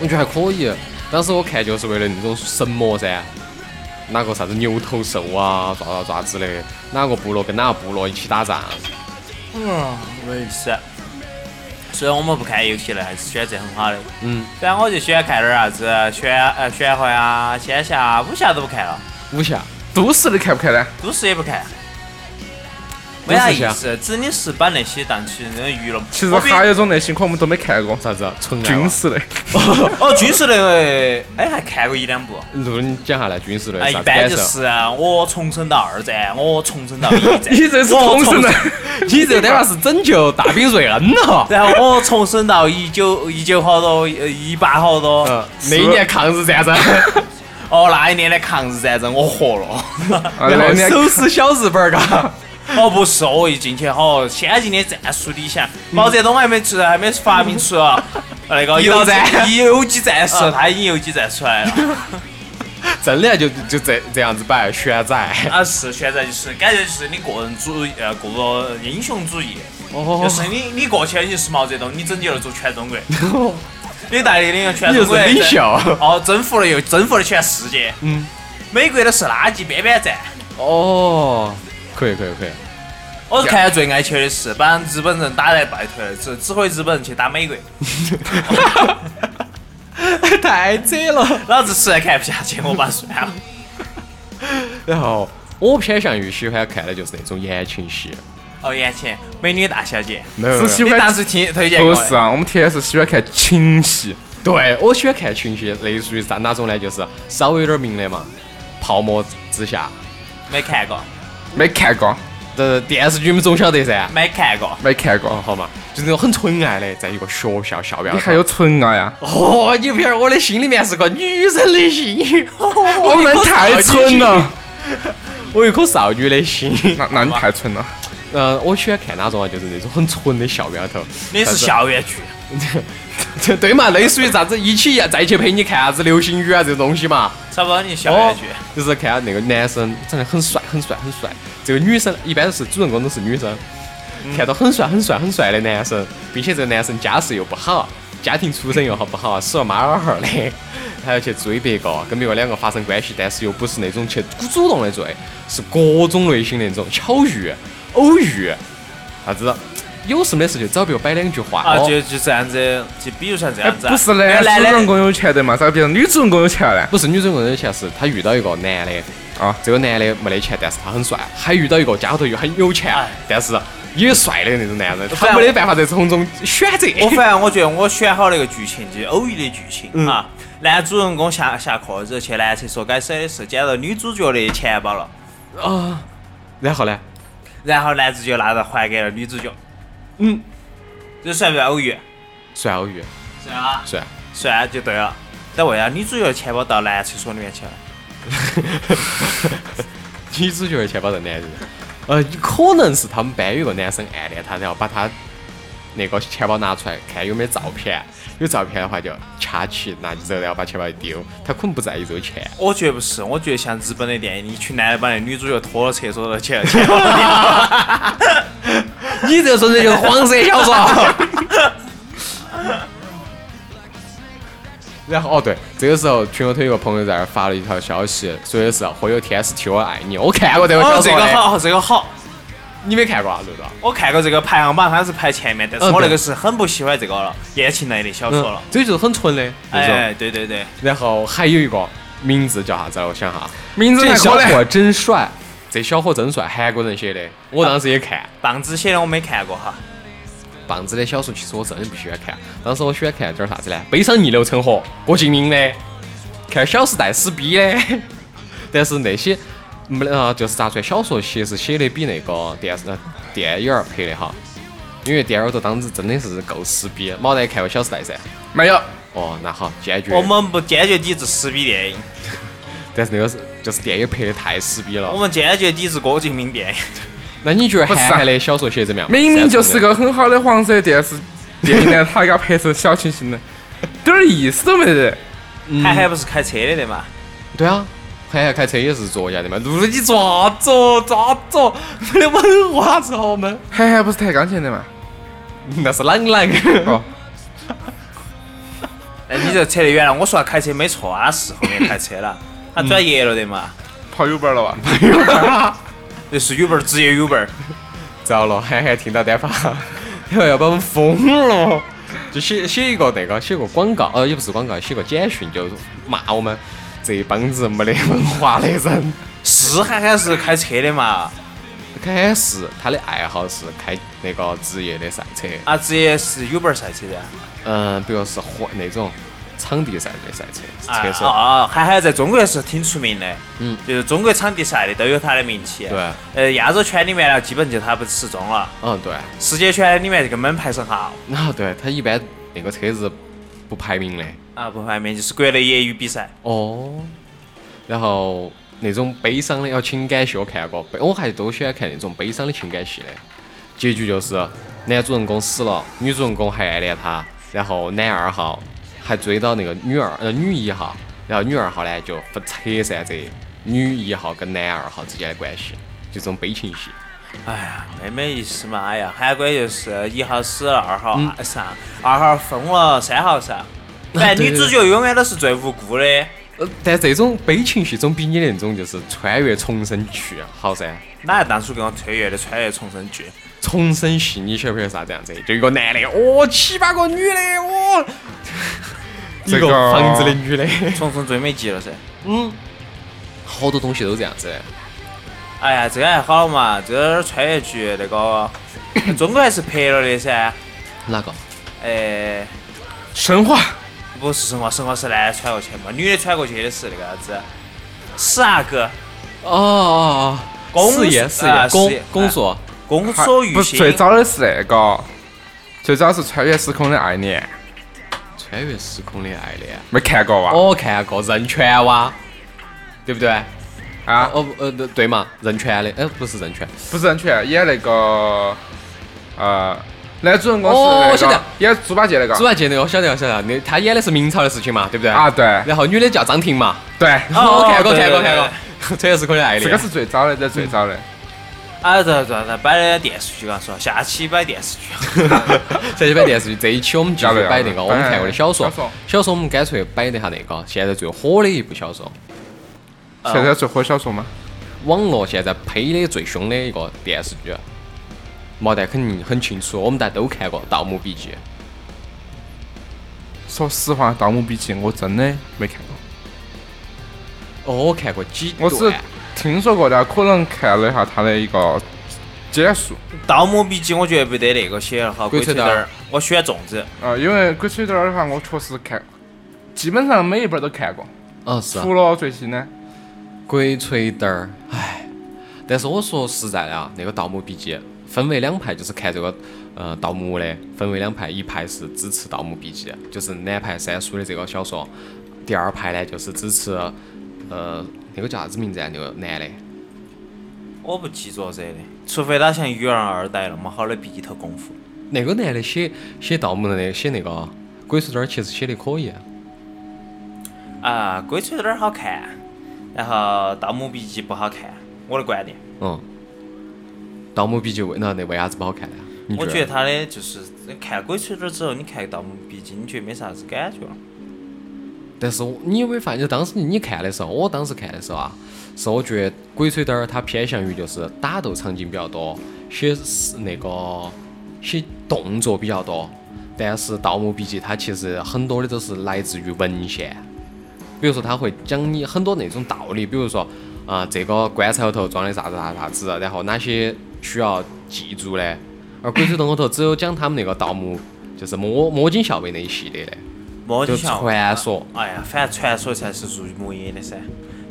[SPEAKER 3] 我觉得还可以。当时我看就是为了那种神魔噻，哪个啥子牛头兽啊，咋咋咋之类的，哪个部落跟哪个部落一起打仗。
[SPEAKER 4] 有意思。虽然我们不看游戏了，还是选择很好的。
[SPEAKER 3] 嗯，
[SPEAKER 4] 虽然我就喜欢看点儿啥子玄呃玄幻啊、仙侠啊、武侠都不看了，
[SPEAKER 3] 武侠
[SPEAKER 2] 都市的看不看呢？
[SPEAKER 4] 都市也不看，没啥
[SPEAKER 3] 都市
[SPEAKER 4] 意
[SPEAKER 3] 侠
[SPEAKER 4] 思。真的是把那些当成那种娱乐。
[SPEAKER 2] 其实
[SPEAKER 4] 我比
[SPEAKER 2] 还有一种类型可能我们都没看过，
[SPEAKER 3] 啥子纯爱
[SPEAKER 2] 军
[SPEAKER 3] 哇？
[SPEAKER 2] 事类。
[SPEAKER 4] 哦，军事类的，哎，还看过一两部。
[SPEAKER 3] 如你讲下来，军事类
[SPEAKER 4] 哎，一
[SPEAKER 3] 啥子
[SPEAKER 4] 般
[SPEAKER 3] 感
[SPEAKER 4] 就
[SPEAKER 3] 受？
[SPEAKER 4] 是我重生到二战，我重生到 一战，
[SPEAKER 2] 你这是重生的
[SPEAKER 4] 我，
[SPEAKER 3] 你这等下是拯救大兵瑞恩 了。
[SPEAKER 4] 然后我重生到一九一九好多，呃一八好多。
[SPEAKER 3] 嗯，那一年抗日战争，
[SPEAKER 4] 哦，那一年的抗日战争我活了。
[SPEAKER 2] 啊
[SPEAKER 3] 然
[SPEAKER 2] 那
[SPEAKER 3] 后
[SPEAKER 2] 你还
[SPEAKER 3] 手撕小日本儿，嘎。
[SPEAKER 4] 哦，不是，我一进去，好，先进的战术理
[SPEAKER 3] 嗯
[SPEAKER 4] 想，毛泽东还没出，还没发明 出啊。那个
[SPEAKER 3] 一刀战嗯
[SPEAKER 4] 游游击战术，他已经游击战出来了。
[SPEAKER 3] 真的就就这这样子摆旋转。
[SPEAKER 4] 啊，是，现在就是感觉就是你个人主义，呃，个英雄主义，
[SPEAKER 3] 哦
[SPEAKER 4] 就是你你过去你是毛泽东，你拯救了全中国， 你带领了全
[SPEAKER 3] 你
[SPEAKER 4] 中
[SPEAKER 3] 就是
[SPEAKER 4] 国
[SPEAKER 3] 领袖。
[SPEAKER 4] 哦，征服了又征服了全世界。
[SPEAKER 3] 嗯，
[SPEAKER 4] 美国的是垃圾边边站。
[SPEAKER 3] 哦，可以可以可以。
[SPEAKER 4] 我
[SPEAKER 3] 啊
[SPEAKER 4] 看到最爱去的是把日本人打得败退了，指指挥日本人去打美国，
[SPEAKER 3] 太扯了。
[SPEAKER 4] 老子实在看不下去，我把算了。
[SPEAKER 3] 然后我偏向于喜欢看的就是那种言情戏，
[SPEAKER 4] 哦，眼前美女大小姐，
[SPEAKER 3] 没有
[SPEAKER 2] 只喜
[SPEAKER 4] 你
[SPEAKER 2] 欢
[SPEAKER 4] 当时听推荐
[SPEAKER 2] 不
[SPEAKER 4] 过
[SPEAKER 2] 是
[SPEAKER 4] 的，
[SPEAKER 2] 啊，我们铁是喜欢看情戏，
[SPEAKER 3] 对我喜欢看情戏，类似于啥哪种呢？就是稍微有点名的嘛，《泡沫之夏
[SPEAKER 4] 没看过，
[SPEAKER 2] 没看过，》
[SPEAKER 3] 的电视剧你们总晓得噻。
[SPEAKER 4] 没看过。
[SPEAKER 2] 没看过
[SPEAKER 3] 哦，。好嘛，就是那种很纯爱的，在一个学校校园。
[SPEAKER 2] 你还有纯爱呀？
[SPEAKER 3] 哦，你不晓得我的心里面是个女人的 心，我
[SPEAKER 2] 我们哦
[SPEAKER 3] 哦
[SPEAKER 2] 太蠢了，
[SPEAKER 3] 我有一颗少女的心。
[SPEAKER 2] 那那你太蠢了。
[SPEAKER 3] 嗯，我喜欢看哪种啊？就是那种很纯的校园头。
[SPEAKER 4] 你是校园剧，
[SPEAKER 3] 对对嘛，类似于啥子一起再去陪你看啥子流星雨啊这种东西嘛。
[SPEAKER 4] 差不多你校园剧。
[SPEAKER 3] 哦就是看那个男生长得很帅很帅很帅，这个女生一般是主人公都是女生，
[SPEAKER 4] 嗯
[SPEAKER 3] 看到很帅很帅很帅的男生，并且这个男生家世又不好，家庭出身又好不好，死了妈老汉儿的，还要去追别个，跟别个两个发生关系，但是又不是那种去主动的追，是各种类型的那种巧遇、偶遇，啥子有什么的事就找别个摆两句话
[SPEAKER 4] 啊，
[SPEAKER 3] 哦
[SPEAKER 4] 就就这样子，就比如像这
[SPEAKER 2] 哎，
[SPEAKER 4] 样子啊。
[SPEAKER 2] 不是
[SPEAKER 4] 那
[SPEAKER 2] 的，
[SPEAKER 4] 男
[SPEAKER 2] 主
[SPEAKER 4] 的
[SPEAKER 2] 人公有钱的嘛，咋比如女主人公有钱呢？
[SPEAKER 3] 不是女主人公的钱，是她遇到一个男的
[SPEAKER 2] 啊
[SPEAKER 3] 这个男的没得钱，但是他很帅，还遇到一个家头又很有钱
[SPEAKER 4] 哎，
[SPEAKER 3] 但是也帅的那种男人，
[SPEAKER 4] 反
[SPEAKER 3] 他没得办法在从中选择。
[SPEAKER 4] 我反正我觉得我选好了一个剧情，就是偶遇的剧情、
[SPEAKER 3] 嗯
[SPEAKER 4] 啊。男主人公下下课之后去男厕所，该手的是捡到女主角的钱包了，
[SPEAKER 3] 啊， 然后呢？
[SPEAKER 4] 然后男主角拿着还给了女主角。
[SPEAKER 3] 嗯，
[SPEAKER 4] 这算不算偶遇？
[SPEAKER 3] 算偶遇，
[SPEAKER 4] 算啊，
[SPEAKER 3] 算。
[SPEAKER 4] 算就对了。但为啥女主角的钱包到男厕所里面去了？
[SPEAKER 3] 女主角的钱包在男人，呃，可能是他们班有一个男生暗恋她，然后把她那个钱包拿出来看有没有照片，有照片的话就掐起拿走，然后把钱包一丢，他可能不在意这个钱。
[SPEAKER 4] 我觉得不是，我觉得像日本的电影，一群男的把那女主角拖到厕所头 去了，钱包丢了
[SPEAKER 3] 你这纯粹就是黄色啊小说。 然后哦对，这个时候群友头有个朋友在那儿发了一条消息，说的是“会有天使替我爱你”，我看过这个小
[SPEAKER 4] 哦，这
[SPEAKER 3] 说
[SPEAKER 4] 个
[SPEAKER 3] 的，
[SPEAKER 4] 好，这个好。
[SPEAKER 3] 嗯你没看过啊，是不是？
[SPEAKER 4] 我看过这个排行榜，它是排前面，但是
[SPEAKER 3] 嗯
[SPEAKER 4] 我那
[SPEAKER 3] 对
[SPEAKER 4] 个是很不喜欢这个了，言情类的小
[SPEAKER 3] 嗯
[SPEAKER 4] 说了。
[SPEAKER 3] 这就是很纯的那种。
[SPEAKER 4] 哎，对对对，
[SPEAKER 3] 然后还有一个名字叫啥子来？我想哈，
[SPEAKER 2] 名字
[SPEAKER 3] 这
[SPEAKER 2] 太
[SPEAKER 3] 小
[SPEAKER 2] 可怜。
[SPEAKER 3] 伙真帅，这小伙真帅，韩国人写的，我当时也看。
[SPEAKER 4] 棒子写的我没看过哈。
[SPEAKER 3] 棒子的小说其实我真的不喜欢看，当时我喜欢看点儿啥子呢？《悲伤逆流成河》郭敬明的，看《小时代》撕逼的。 但是那些没得啊，就是咋说，小说其实写的比那个电视呃电影儿拍的好，因为电影儿头当时真的是够撕逼。毛蛋看过《小时代》噻？
[SPEAKER 2] 没有，
[SPEAKER 3] 哦，那好，坚决。
[SPEAKER 4] 我们不坚决抵制撕逼电影，
[SPEAKER 3] 但是那个是就是电影拍的太撕逼
[SPEAKER 4] 我
[SPEAKER 3] 了。
[SPEAKER 4] 们坚决抵制郭敬明电影。
[SPEAKER 3] 那你觉得
[SPEAKER 2] 不是啊
[SPEAKER 3] 韩寒的小说写得怎么样？
[SPEAKER 2] 明明就是
[SPEAKER 3] 三重的
[SPEAKER 2] 个很好的黄色电视电影呢，他给他拍成小清新的，点儿意思都没得。
[SPEAKER 3] 嗯
[SPEAKER 4] 韩寒不是开车的的嘛？
[SPEAKER 3] 对啊，韩寒开车也是作家的嘛，路你抓着抓着，没得文化好吗？
[SPEAKER 2] 韩寒不是弹钢琴的嘛？
[SPEAKER 3] 那是啷 啷？
[SPEAKER 2] 哦，
[SPEAKER 4] 哎，你这扯得远了。我说他开车没错，他是后面开车了，
[SPEAKER 3] 嗯
[SPEAKER 4] 他专业了的嘛，
[SPEAKER 2] 跑 Uber 了吧？
[SPEAKER 4] 这是 Uber 职业 Uber。
[SPEAKER 3] 糟了，韩寒听到单 发，要把我们封了。就写写一个那个，写个广告，呃，也不是广告，写个简讯，就骂我们这帮子没得文化的人。
[SPEAKER 4] 是涵涵是开车的嘛？
[SPEAKER 3] 开是他的爱好是开那个职业的赛车，
[SPEAKER 4] 啊，职业是 Uber 赛车的。啊
[SPEAKER 3] 嗯，比如是环那种场地赛的赛车，
[SPEAKER 4] 啊
[SPEAKER 3] 车手。
[SPEAKER 4] 啊，啊韩寒在中国是挺出名的，
[SPEAKER 3] 嗯，
[SPEAKER 4] 就是中国场地赛的都有他的名气。
[SPEAKER 3] 对，
[SPEAKER 4] 呃，亚洲圈里面呢，基本就他不失踪了，
[SPEAKER 3] 嗯，对，
[SPEAKER 4] 世界圈里面就根本排上号
[SPEAKER 3] 然后哦对他一般那个车子不排名的。
[SPEAKER 4] 啊，不排名就是国内业余比赛。
[SPEAKER 3] 哦。然后那种悲伤的，要情感戏我看过，悲我还都喜欢看那种悲伤的情感戏的。结局就是男主人公死了，女主人公还暗恋他，然后男二号还追到那个女二呃女一号，然后女二号呢就分拆散这女一号跟男二号之间的关系，就这种悲情戏。
[SPEAKER 4] 哎呀，没没意思嘛！哎呀，韩国就是一号死了，二号上，二号疯了，三号哎上。反正
[SPEAKER 3] 对
[SPEAKER 4] 女主角永远都是最无辜的，
[SPEAKER 3] 呃，但这种悲情戏总比你那种就是穿越重生剧好噻。
[SPEAKER 4] 哪当初跟我穿越的穿越重生剧？
[SPEAKER 3] 重生戏你晓不晓得啥子样子？就一个男的，哦，七八个女的，哦， 一
[SPEAKER 2] 这
[SPEAKER 3] 个
[SPEAKER 2] 个
[SPEAKER 3] 房子的女的，
[SPEAKER 4] 重生最美极了噻！
[SPEAKER 3] 嗯，好多东西都这样子的。
[SPEAKER 4] 哎呀，这个还好嘛，这个穿越剧那个中国还是拍了的噻。
[SPEAKER 3] 哪个？
[SPEAKER 4] 哎，
[SPEAKER 2] 神话
[SPEAKER 4] 不是神话，神话是男的穿过去嘛，女的穿过去的是那个啥子？是那个
[SPEAKER 3] 哦哦哦，
[SPEAKER 4] 公
[SPEAKER 3] 四爷
[SPEAKER 4] 啊
[SPEAKER 3] 四爷，公
[SPEAKER 4] 四爷
[SPEAKER 3] 公主，
[SPEAKER 4] 宫锁玉
[SPEAKER 2] 不是
[SPEAKER 4] 心，
[SPEAKER 2] 最早的是那个，最早是穿越时空的爱恋，
[SPEAKER 3] 穿越时空的爱恋，
[SPEAKER 2] 没看过哇？
[SPEAKER 3] 我哦看过任泉哇，对不对？
[SPEAKER 2] 啊，
[SPEAKER 3] 哦呃对对嘛，任泉的，哎不是任泉，
[SPEAKER 2] 不是很全，演那个呃，男主人公
[SPEAKER 3] 哦我
[SPEAKER 2] 是
[SPEAKER 3] 晓
[SPEAKER 2] 那
[SPEAKER 3] 得
[SPEAKER 2] 个演猪八戒那
[SPEAKER 3] 猪
[SPEAKER 2] 个
[SPEAKER 3] 八戒那个我晓得我晓得，那他演的是明朝的事情嘛，对不对？
[SPEAKER 2] 啊，。对
[SPEAKER 3] 然后女的叫张婷嘛，
[SPEAKER 2] 对，
[SPEAKER 4] 哦
[SPEAKER 3] 哦，看过
[SPEAKER 4] 对
[SPEAKER 3] 看过
[SPEAKER 4] 对
[SPEAKER 3] 看
[SPEAKER 4] 对
[SPEAKER 3] 过，穿越时空的爱
[SPEAKER 2] 这
[SPEAKER 3] 恋
[SPEAKER 2] 个。是最早的，这最早的。
[SPEAKER 4] 啊，对对对，摆的电视剧刚说，下期摆电视剧。
[SPEAKER 3] 这一摆电视剧，这一期我们继续摆那个我们看过的小说
[SPEAKER 2] 小说。
[SPEAKER 3] 小说我们干脆摆一下那个现在最火的一部小说，嗯
[SPEAKER 4] 呃
[SPEAKER 2] 现在最火小说吗？
[SPEAKER 3] 网络现在呸的最凶的一个电视剧。毛蛋肯定很清楚，我们大家都看过《盗墓笔记
[SPEAKER 2] 说实话，《盗墓笔记》我真的没看过，》，
[SPEAKER 3] 哦，我看过几
[SPEAKER 2] 我
[SPEAKER 3] 段。
[SPEAKER 2] 只听说过的，可能看了一下它的一个简述。
[SPEAKER 4] 《盗墓笔记》我觉得不得那个写得好，
[SPEAKER 3] 鬼
[SPEAKER 4] 鬼
[SPEAKER 3] 吹
[SPEAKER 4] 吹
[SPEAKER 3] 灯
[SPEAKER 4] 灯儿，我喜欢粽子。
[SPEAKER 2] 呃，因为《鬼吹灯》的话，我确实看，基本上每一本都看过，
[SPEAKER 3] 嗯，是啊
[SPEAKER 2] 除了最新的。
[SPEAKER 3] 鬼吹灯儿，唉。但是我说实在的啊，那个《盗墓笔记》分为两派，就是看这个呃盗墓的分为两派，一派是支持《盗墓笔记》，就是南派三叔的这个小说；第二派呢就是支持呃那个叫啥子名字啊？那个男的，
[SPEAKER 4] 我不记作者的，除非他像鱼儿二代那么好的笔头功夫。
[SPEAKER 3] 那个男的写写盗墓的那写那个鬼吹灯儿，其实写的可以。
[SPEAKER 4] 啊，《鬼吹灯》好看，然后《盗墓笔记》不好看，我的观点。
[SPEAKER 3] 嗯，《盗墓笔记》为那那为啥子不好看呢？你
[SPEAKER 4] 我觉
[SPEAKER 3] 觉
[SPEAKER 4] 得他的就是看《鬼吹灯》之后，你看《盗墓笔记》，你觉得没啥子感觉了。
[SPEAKER 3] 但是我你有没有发现，就当时你看的时候，我当时看的时候啊，是我觉得《鬼吹灯》儿它偏向于就是打斗场景比较多，写是那个写动作比较多。但是《盗墓笔记》它其实很多的都是来自于文献，比如说它会讲你很多那种道理，比如说啊、这个棺材后头装的啥子啥子啥子，然后哪些需要记住的。而《鬼吹灯》后头只有讲他们那个盗墓，就是摸摸金校尉那一系列的。
[SPEAKER 4] 摸金
[SPEAKER 3] 就
[SPEAKER 4] 校尉
[SPEAKER 3] 传说
[SPEAKER 4] 哎呀，反正传说才是入魔眼的噻。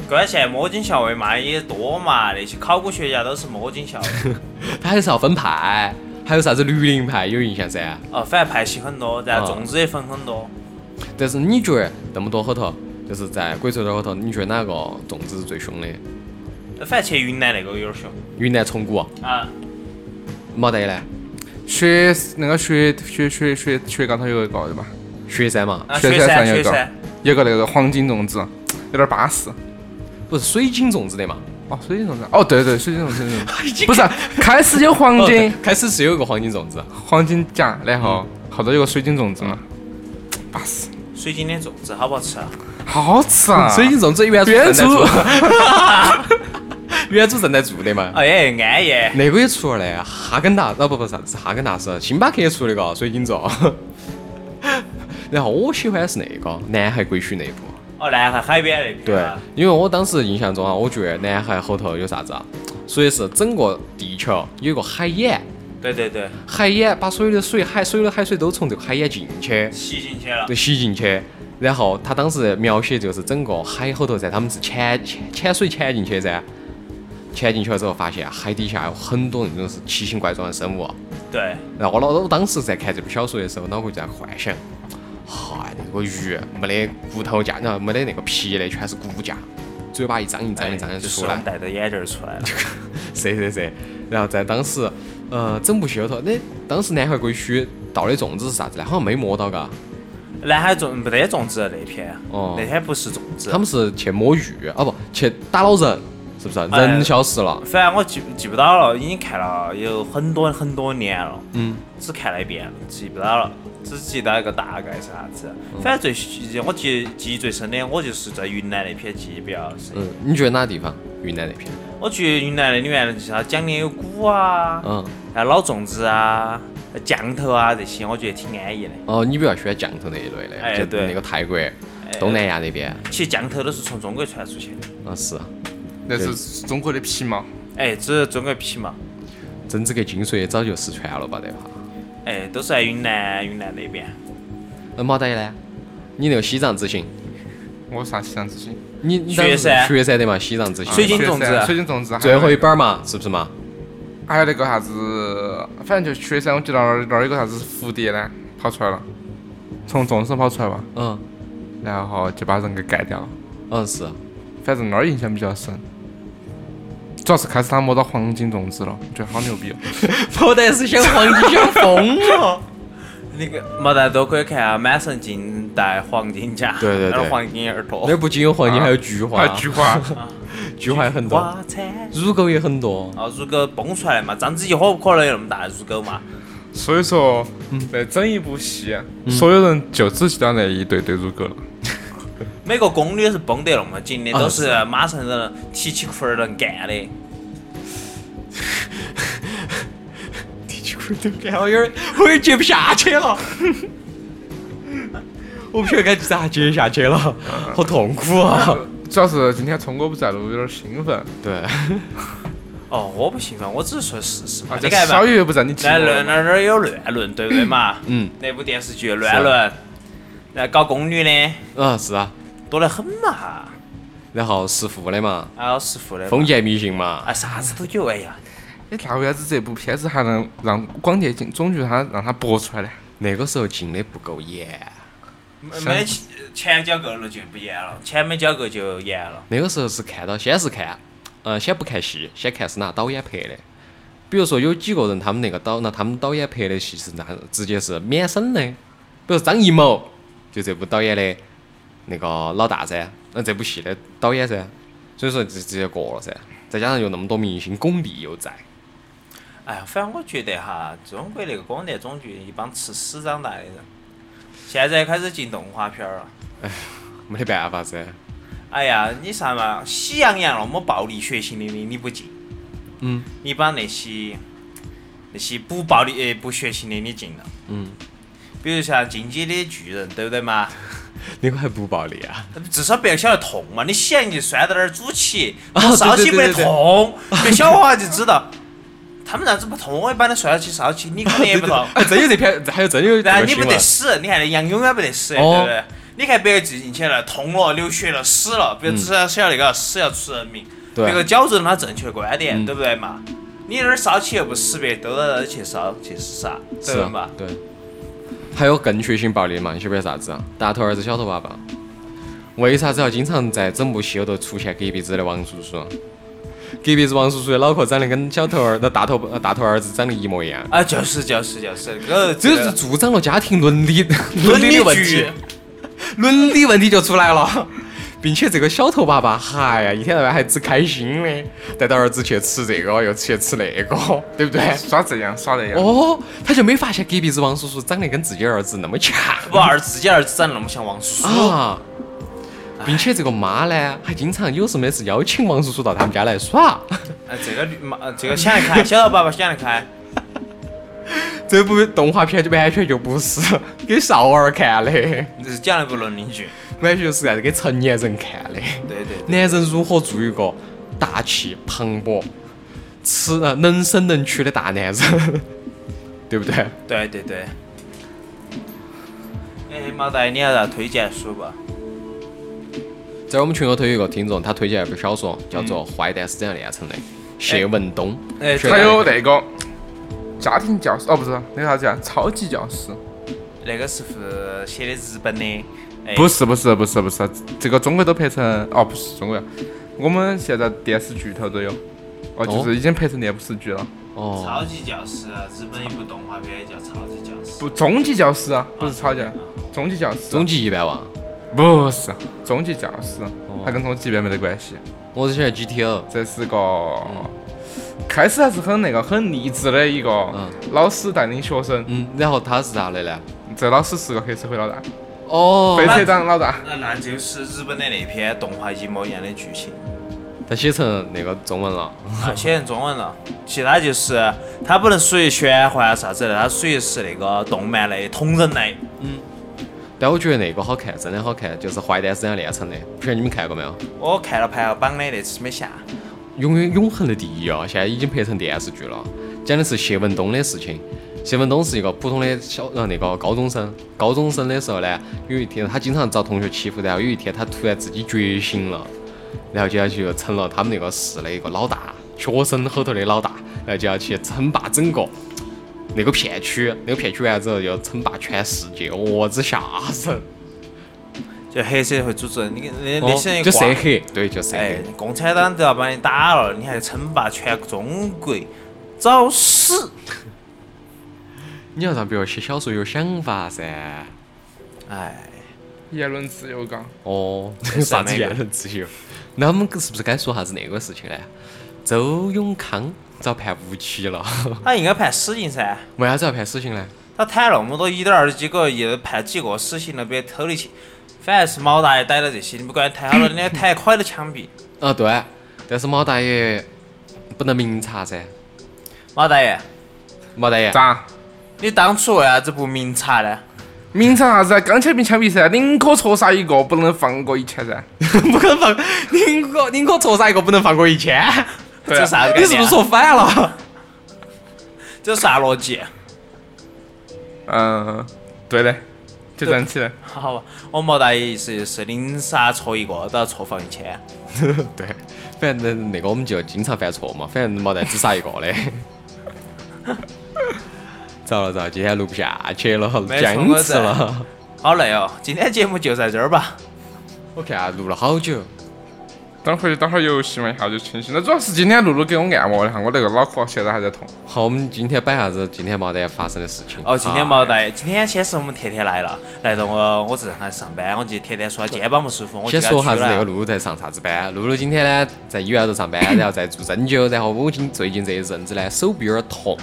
[SPEAKER 4] 关键现在摸金校尉嘛也多嘛，那些考古学家都是摸金校尉。
[SPEAKER 3] 它还是要分派，还有啥子绿林派有印象噻？
[SPEAKER 4] 哦，反正派系很多，然后
[SPEAKER 3] 啊
[SPEAKER 4] 粽子也分很多。
[SPEAKER 3] 但是你觉得那么多后头，就是在鬼吹灯后头，你觉得哪个粽子是最凶的？
[SPEAKER 4] 反正去云南那个有点凶
[SPEAKER 3] 云南虫谷，
[SPEAKER 4] 啊。
[SPEAKER 3] 毛蛋呢？
[SPEAKER 2] 雪那个雪雪雪雪雪岗头有一个对吧？
[SPEAKER 3] 雪山嘛，
[SPEAKER 4] 啊，
[SPEAKER 2] 雪
[SPEAKER 4] 雪
[SPEAKER 2] 山
[SPEAKER 4] 山，
[SPEAKER 2] 上有
[SPEAKER 4] 雪
[SPEAKER 2] 一个
[SPEAKER 4] 山，
[SPEAKER 2] 有个那个黄金粽子，有点巴适。
[SPEAKER 3] 不是水晶种子的嘛？
[SPEAKER 2] 哦，水晶种子，哦，对对，水晶种 子，水晶种子不是啊，开始有黄
[SPEAKER 3] 哦对嗯
[SPEAKER 2] 金，
[SPEAKER 3] 开始是有一个黄金种子，
[SPEAKER 2] 黄金甲，然后后头有个水晶种子嘛，巴适，
[SPEAKER 4] 水晶的种子好不好吃啊？
[SPEAKER 2] 好好吃啊！
[SPEAKER 3] 嗯水晶种子原主
[SPEAKER 2] 原
[SPEAKER 3] 正在
[SPEAKER 2] 主
[SPEAKER 3] 做， 原主正在做的嘛。
[SPEAKER 4] 哎，安逸。
[SPEAKER 3] 那个也出了嘞，哈根达斯哦不不啥子哈根达斯，星巴克也出了个水晶 粽。然后我喜欢的是那个南海归墟那一部，
[SPEAKER 4] 哦，南海海边那边。啊
[SPEAKER 3] 对，因为我当时印象中啊，我觉得南海后头有啥子啊，属于是整个地球有一个海眼，
[SPEAKER 4] 对对对，
[SPEAKER 3] 海眼把所有的水海所有的海水都从这个海眼进去，
[SPEAKER 4] 吸进去了
[SPEAKER 3] 对，。吸进去。然后他当时描写就是整个海后头噻，他们是潜潜潜水潜进去噻，潜进去了之后发现海底下有很多那种是奇形怪状的生物。啊
[SPEAKER 4] 对，
[SPEAKER 3] 然后我老我当时在看这部小说的时候，脑壳就在幻想，哈，那个鱼没得骨头架，然后没得那个皮的，全是骨架，嘴巴一张一张一张的
[SPEAKER 4] 就
[SPEAKER 3] 出
[SPEAKER 4] 是
[SPEAKER 3] 来，
[SPEAKER 4] 戴着眼镜儿出来了。
[SPEAKER 3] 是是是。然后在当时，呃，整部戏里头，那当时南海归墟到的粽子是啥子呢？好像没摸到嘎，
[SPEAKER 4] 南海种没得种子那片，
[SPEAKER 3] 哦
[SPEAKER 4] 那天不是种子
[SPEAKER 3] 他。们是去摸鱼，啊不，去打老人，是不是？
[SPEAKER 4] 哎
[SPEAKER 3] 人消失了。
[SPEAKER 4] 反正我记记不到了，已经看了有很多很多年了，
[SPEAKER 3] 嗯，
[SPEAKER 4] 只看了一遍，记不到了，只记得一个大概是啥子。
[SPEAKER 3] 嗯
[SPEAKER 4] 反正最记我记记忆最深的，我就是在云南那篇记忆比较深。
[SPEAKER 3] 嗯，你觉得哪个地方？云南那片。
[SPEAKER 4] 我去云南的里面，就是它讲的有蛊啊，
[SPEAKER 3] 嗯，
[SPEAKER 4] 还有老粽子啊、降头啊这些，我觉得挺安逸的。
[SPEAKER 3] 哦，你比较喜欢降头那一类的，
[SPEAKER 4] 哎
[SPEAKER 3] 就
[SPEAKER 4] 对
[SPEAKER 3] 那个泰国、东南亚那边。
[SPEAKER 4] 其实降头都是从中国传出去的，
[SPEAKER 3] 啊是。
[SPEAKER 2] 那是中国的皮毛，
[SPEAKER 4] 哎，只是中国皮毛，
[SPEAKER 3] 曾子格精髓早就失传了吧？对吧？
[SPEAKER 4] 哎，都是在云南云南那边。
[SPEAKER 3] 那毛大爷呢？你那个西藏之行，
[SPEAKER 2] 我啥西藏之星，
[SPEAKER 3] 你你
[SPEAKER 4] 雪
[SPEAKER 3] 当时
[SPEAKER 4] 山
[SPEAKER 3] 雪山的嘛，西藏之行，
[SPEAKER 4] 水晶
[SPEAKER 2] 雪
[SPEAKER 4] 种子
[SPEAKER 2] 山水晶种子，
[SPEAKER 3] 啊
[SPEAKER 2] 啊
[SPEAKER 3] 最后一
[SPEAKER 2] 半，
[SPEAKER 3] 本儿嘛，是不是嘛？
[SPEAKER 2] 还有那个啥子，反正就雪山，我记得那儿那儿有个啥子蝴蝶呢，跑出来了，从众生跑出来吧，
[SPEAKER 3] 嗯
[SPEAKER 2] 然后就把人给干掉了。
[SPEAKER 3] 嗯是，
[SPEAKER 2] 反正那儿印象比较深。主要是开始他摸到黄金种子了，觉得好牛逼哦！
[SPEAKER 3] 毛大爷是想黄金想疯了。
[SPEAKER 4] 那个毛蛋都可以看啊，满身尽带黄金甲，
[SPEAKER 3] 对对对
[SPEAKER 4] 那儿黄金耳朵
[SPEAKER 3] 那儿，不仅有黄金，还有啊菊花
[SPEAKER 2] 还，啊有菊花，
[SPEAKER 3] 菊花也很多，
[SPEAKER 4] 哇塞！
[SPEAKER 3] 乳沟也很多。
[SPEAKER 4] 啊，如果蹦出来嘛，章子怡火不可能有那么大的乳沟嘛。
[SPEAKER 2] 所以说，那整一部戏，所有人就只记到那一对对乳沟了。
[SPEAKER 4] 每个宫女是绷得那么紧的，
[SPEAKER 3] 啊
[SPEAKER 4] 都是马上能提起裤儿能干的。
[SPEAKER 3] 地区块都干，我有点我有点接不下去了。 我不晓得该咋接下去了，好痛苦啊！
[SPEAKER 2] 主要是今天聪哥不在路，有点兴奋啊
[SPEAKER 3] 对，
[SPEAKER 4] 哦，我不兴奋，我只是说事实嘛
[SPEAKER 2] 啊。
[SPEAKER 4] 你看嘛
[SPEAKER 2] 小，月又不在，你记
[SPEAKER 4] 那乱
[SPEAKER 2] 得
[SPEAKER 4] 那儿有乱伦，对不对嘛？
[SPEAKER 3] 嗯，啊
[SPEAKER 4] 那部电视剧乱伦，那搞宫女的
[SPEAKER 3] 嗯是啊，
[SPEAKER 4] 多得很嘛，
[SPEAKER 3] 然后弑父的嘛，
[SPEAKER 4] 还有弑父的嘛，
[SPEAKER 3] 封建迷信嘛，
[SPEAKER 4] 啊啥子都有，哎呀，
[SPEAKER 2] 哎，那为啥子这部片子还能让广电警总局他让他播出来呢？
[SPEAKER 3] 那个时候禁的不够严，
[SPEAKER 4] 没没钱钱交够了就不严了，钱没交够就严了。
[SPEAKER 3] 那个时候是看到，先是看，呃，先不看戏，先看是哪导演拍的。比如说有几个人，他们那个导，那他们导演拍的戏是那直接是免审的，比如张艺谋，就这部导演的那个老大噻，那、这部戏的导演噻，所以说直直接过了噻。再加上有那么多明星巩俐又在，
[SPEAKER 4] 哎呀，反正我觉得哈，中国那个广电总局一帮吃屎长大的人，现在开始进动画片儿了。
[SPEAKER 3] 没得办法噻。
[SPEAKER 4] 哎呀，你啥嘛，喜羊羊那么暴力血腥的你你不进，
[SPEAKER 3] 嗯
[SPEAKER 4] 你把那些那些不暴力、呃、不血腥的你进了，
[SPEAKER 3] 嗯，
[SPEAKER 4] 比如像《进击的巨人》，对不对嘛？
[SPEAKER 3] 那个还不暴力啊？
[SPEAKER 4] 至少不要晓得痛嘛，你喜羊羊就拴到那儿煮起，
[SPEAKER 3] 啊
[SPEAKER 4] 烧
[SPEAKER 3] 对对
[SPEAKER 4] 起不
[SPEAKER 3] 对
[SPEAKER 4] 得
[SPEAKER 3] 对对
[SPEAKER 4] 痛，对小娃娃就知道，他们啥子不痛，我也把你拴到起 烧起，你肯定也不痛。
[SPEAKER 3] 哎，真有这篇，还有真有这
[SPEAKER 4] 然后
[SPEAKER 3] 个
[SPEAKER 4] 你
[SPEAKER 3] 新
[SPEAKER 4] 不
[SPEAKER 3] 闻
[SPEAKER 4] 得。死，你看那羊永远不得死，
[SPEAKER 3] 哦
[SPEAKER 4] 对不对？你看别个挤进去了，痛了、流血了、死了，别
[SPEAKER 3] 嗯
[SPEAKER 4] 至少晓得那个死要出人命，
[SPEAKER 3] 对
[SPEAKER 4] 别个矫正他正确观点，
[SPEAKER 3] 嗯
[SPEAKER 4] 对不对嘛？你那儿烧起又不死，别都在那儿去烧去杀，对
[SPEAKER 3] 是
[SPEAKER 4] 不对
[SPEAKER 3] 啊
[SPEAKER 4] 嘛？
[SPEAKER 3] 对。还有更血腥暴力的嘛？你晓不晓得啥子啊？大头儿子小头爸爸，为啥子要经常在整部戏里头出现隔壁子的王叔叔？隔壁子王叔叔的脑壳长得跟小头儿、那大头、呃大头儿子长得一模一样，
[SPEAKER 4] 啊，就是就是就是，这
[SPEAKER 3] 这就是助 长了家庭伦理
[SPEAKER 4] 伦
[SPEAKER 3] 理
[SPEAKER 4] 理
[SPEAKER 3] 的问
[SPEAKER 4] 剧
[SPEAKER 3] 题，伦理问题就出来了。并且这个小头爸爸，嗨呀，一天到晚还只开心的，带到儿子去吃这个，又去吃那个，对不对？
[SPEAKER 2] 耍这样耍那样，
[SPEAKER 3] 哦，他就没发现隔壁子王叔叔长得跟自己儿子那么像
[SPEAKER 4] 我儿子自己儿子长得那么像王叔叔，
[SPEAKER 3] 啊，并且这个妈呢，还经常有事没事邀请王叔叔到他们家来耍。
[SPEAKER 4] 哎，这个女妈，呃这个想得开， 小老爸爸想得开。
[SPEAKER 3] 这部动画片就完全就不是给少儿看的，
[SPEAKER 4] 你这是讲了一部伦理剧，
[SPEAKER 3] 完全就是按给成年人看的。
[SPEAKER 4] 对对，
[SPEAKER 3] 男人如何做一个大气磅礴、吃呃能伸能屈的大男人， 对不对？
[SPEAKER 4] 对对对。哎，毛大爷，你要要推荐书吧？
[SPEAKER 3] 在我们群里头有一个听众，他推荐了一本小说，叫做《坏蛋是怎样炼成的》，谢文东。
[SPEAKER 4] 哎，
[SPEAKER 3] 确
[SPEAKER 2] 还
[SPEAKER 3] 实
[SPEAKER 2] 有那个家庭教师哦，不是那个啥子啊，超级教师。
[SPEAKER 4] 那个是不是写的日本的？哎
[SPEAKER 2] 不，是不是不是不是，这个中国都拍成哦，不是中国，我们现在电视剧头都有，哦，就是已经拍成电视剧了。
[SPEAKER 3] 哦，
[SPEAKER 4] 超级教师，日本一部动画片叫《超级教师》。
[SPEAKER 2] 不，终极教师啊，不是超级
[SPEAKER 4] 啊，
[SPEAKER 2] 终极教师，
[SPEAKER 3] 终极一百万，
[SPEAKER 2] 不是哦终极教师，它跟终极一般没得关系。
[SPEAKER 3] 我只喜欢 GTO。
[SPEAKER 2] 这是个开始还是很那个很励志的一个
[SPEAKER 3] 嗯
[SPEAKER 2] 老师带领学生，
[SPEAKER 3] 嗯，然后他是啥的呢？
[SPEAKER 2] 这老师是个黑社会老大，
[SPEAKER 3] 哦
[SPEAKER 2] 飞车党老大。
[SPEAKER 4] 那那就是日本的那篇动画一模一样的剧情，
[SPEAKER 3] 他写成那个中文了。
[SPEAKER 4] 啊写成中文了。其他就是它不能属于玄幻啊啥子的，它属于是那个动漫类、同人类。
[SPEAKER 3] 但我觉得那个好看，真的好看，就是《坏蛋是怎样炼成的》，不晓得你们看过没有？
[SPEAKER 4] 我看了排行榜的那次没下，
[SPEAKER 3] 永远永恒的第一啊！现在已经拍成电视剧了，讲的是谢文东的事情。谢文东是一个普通的小呃那个高中生，高中生的时候呢，有一天他经常遭同学欺负，然后有一天他突然自己觉醒了，然后就要去成了他们那个市的一个老大，学生后头的老大，然后就要去称霸整个那个片区，那个片区完之后要称霸全世界，哦，之吓人！
[SPEAKER 4] 就黑社会组织，你那
[SPEAKER 3] 哦
[SPEAKER 4] 那些人
[SPEAKER 3] 就
[SPEAKER 4] 挂
[SPEAKER 3] 涉黑，对，就涉
[SPEAKER 4] 哎
[SPEAKER 3] 黑。，
[SPEAKER 4] 共产党都要把你打了，你还称霸全中国，找死！
[SPEAKER 3] 你要让别人写小说有想法噻。
[SPEAKER 4] 哎，
[SPEAKER 2] 言论自由港，
[SPEAKER 3] 哦，啥
[SPEAKER 4] 啥子
[SPEAKER 3] 子
[SPEAKER 4] 言
[SPEAKER 3] 言论自由？那我们是不是该说下子那个事情呢？周永康遭判无期了，
[SPEAKER 4] 他应该判死刑噻。
[SPEAKER 3] 为啥子要判死刑呢？
[SPEAKER 4] 他贪那么多一点二的结果又判几个死刑了，别偷的去。反正是毛大爷逮到这些，你不管贪好了，人家贪一块都枪毙。
[SPEAKER 3] 啊，对，但是毛大爷不能明察噻，
[SPEAKER 4] 毛大爷，
[SPEAKER 3] 毛大爷，
[SPEAKER 2] 咋？
[SPEAKER 4] 你当初为啥子不明察呢？
[SPEAKER 2] 明察啥子啊？钢枪并枪毙噻，宁可错杀一个，不能放过一千噻。
[SPEAKER 3] 不可能放，宁可宁可错杀一个，不能放过一千。
[SPEAKER 2] 对啊
[SPEAKER 4] 这啥子概
[SPEAKER 3] 你
[SPEAKER 4] 念？
[SPEAKER 3] 是不是说反了？
[SPEAKER 4] 这啥逻辑？
[SPEAKER 2] 嗯，对的，就这样起来。
[SPEAKER 4] 好吧，我毛大爷意思就是零杀错一个都要错放一千。
[SPEAKER 3] 对，反正那个我们就经常犯错嘛，反正毛蛋只杀一个的。 糟了糟了，今天录不下去了，
[SPEAKER 4] 没错
[SPEAKER 3] 僵
[SPEAKER 4] 我
[SPEAKER 3] 持
[SPEAKER 4] 在
[SPEAKER 3] 了。
[SPEAKER 4] 好累哦，今天节目就在这儿吧。
[SPEAKER 3] 我看啊录了好久，
[SPEAKER 2] 等回去打会儿游戏嘛，一下就清醒了。主要是今天露露给我按摩了一下，我那个脑壳现在还在痛。
[SPEAKER 3] 好，我们今天摆下子今天毛蛋发生的事情。
[SPEAKER 4] 哦，今天
[SPEAKER 3] 啊
[SPEAKER 4] 毛大爷，今天先是我们甜甜来了，来到我我正还上班，我就甜甜说她肩膀不舒服，我就
[SPEAKER 3] 先
[SPEAKER 4] 给她
[SPEAKER 3] 说下
[SPEAKER 4] 取
[SPEAKER 3] 子那
[SPEAKER 4] 了
[SPEAKER 3] 个露露在上啥子班？露露今天呢在医院头上班，然后在做针灸，然后我今最近这一阵子呢手臂有点痛，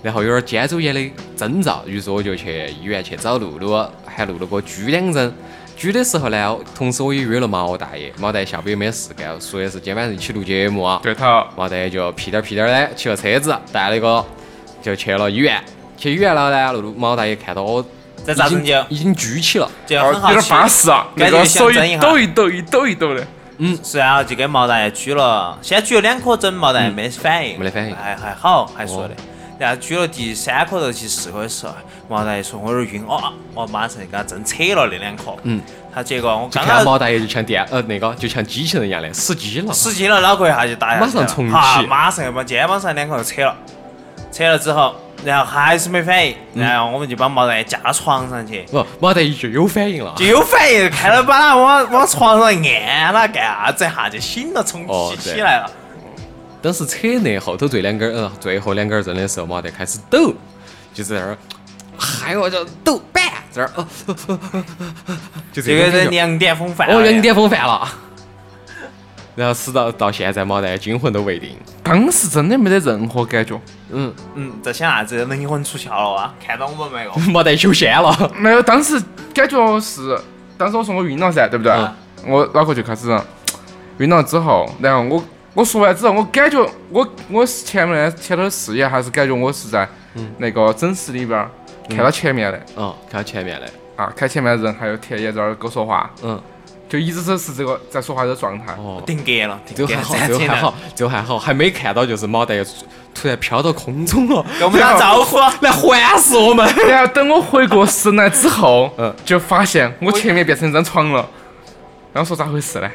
[SPEAKER 3] 然后有点肩周炎的征兆，于是我就去医院去找露露，喊露露给我鞠两针。鞠的时候呢，同时我也约了毛大爷，毛大爷下午也没事干，说的是今晚上一起录节目啊。
[SPEAKER 2] 对头，
[SPEAKER 3] 毛大爷就屁颠儿屁颠儿的骑了车子，带了一个就去了医院。去医院了呢，露露毛大爷看到我
[SPEAKER 4] 在咋针灸
[SPEAKER 3] 已经已经举起了，
[SPEAKER 4] 就
[SPEAKER 2] 哦
[SPEAKER 4] 很好
[SPEAKER 2] 有点
[SPEAKER 4] 奇
[SPEAKER 2] 巴适啊，那
[SPEAKER 4] 感觉
[SPEAKER 2] 个
[SPEAKER 4] 像
[SPEAKER 2] 手
[SPEAKER 4] 针一
[SPEAKER 2] 一
[SPEAKER 4] 下
[SPEAKER 2] 抖一抖一抖一抖的。
[SPEAKER 4] 是啊，就给毛大爷举了，先举了两颗针，毛大爷没反应，
[SPEAKER 3] 嗯没得反应哦
[SPEAKER 4] 还还好，还说的。然后举了第三颗到第四颗的时候，毛大爷说我有点晕，哦，我马上就给他针扯了那两颗。嗯，他结果我
[SPEAKER 3] 就
[SPEAKER 4] 刚
[SPEAKER 3] 看到
[SPEAKER 4] 刚
[SPEAKER 3] 毛大爷就像电呃那个就像机器人一样的死机了。
[SPEAKER 4] 使劲了，脑壳一下就打下去了
[SPEAKER 3] 马上重启
[SPEAKER 4] 哈马上又把肩膀上两颗又扯了，扯了之后，然后还是没反应，
[SPEAKER 3] 嗯
[SPEAKER 4] 然后我们就把毛大爷架到床上去，
[SPEAKER 3] 不，毛哦大爷就有反应了
[SPEAKER 4] 就。有反应，开了把他往往床上按了干啥子，一下就醒了，重
[SPEAKER 3] 哦
[SPEAKER 4] 起
[SPEAKER 3] 对
[SPEAKER 4] 起来了。
[SPEAKER 3] 当时扯那后头最两根儿，呃，最后两根儿针的时候，毛大爷开始抖，就在那儿，哎呦，就抖，板这儿，呃呃呃呃呃呃就
[SPEAKER 4] 这
[SPEAKER 3] 这
[SPEAKER 4] 个
[SPEAKER 3] 种
[SPEAKER 4] 是
[SPEAKER 3] 感觉
[SPEAKER 4] 两点风范。啊
[SPEAKER 3] 哦，原来你点风饭了。然后死到到现在没得惊魂都未定。
[SPEAKER 2] 当时真的没得任何感觉，
[SPEAKER 3] 嗯，
[SPEAKER 4] 嗯，在想啥子？灵魂出窍了啊！看到我们没有？
[SPEAKER 3] 没得修仙了。
[SPEAKER 2] 没有，当时感觉是，当时我说我晕了噻，对不对？
[SPEAKER 3] 嗯
[SPEAKER 2] 我脑壳就开始晕了之后，然后我我说完之后，我感觉我我前面的前头的视野还是感觉我是在那个诊室里边儿看到前面的、
[SPEAKER 3] 嗯，看到前面的，
[SPEAKER 2] 啊，看前面的人还有田野在那儿跟我说话，
[SPEAKER 3] 嗯，
[SPEAKER 2] 就一直都是这个在说话的状态。
[SPEAKER 3] 哦，
[SPEAKER 4] 顶格了，顶
[SPEAKER 3] 最
[SPEAKER 4] 格
[SPEAKER 3] 后还好，
[SPEAKER 4] 站
[SPEAKER 3] 最后
[SPEAKER 4] 起
[SPEAKER 3] 还
[SPEAKER 4] 来，
[SPEAKER 3] 好，最后还好，还没看到就是没得，突然飘到空中了，
[SPEAKER 4] 给我们打招呼。
[SPEAKER 3] 来环视我 们。
[SPEAKER 2] 然后等我回过神来之后，
[SPEAKER 3] 嗯
[SPEAKER 2] 就发现我前面变成一张床了，然后说咋回事呢？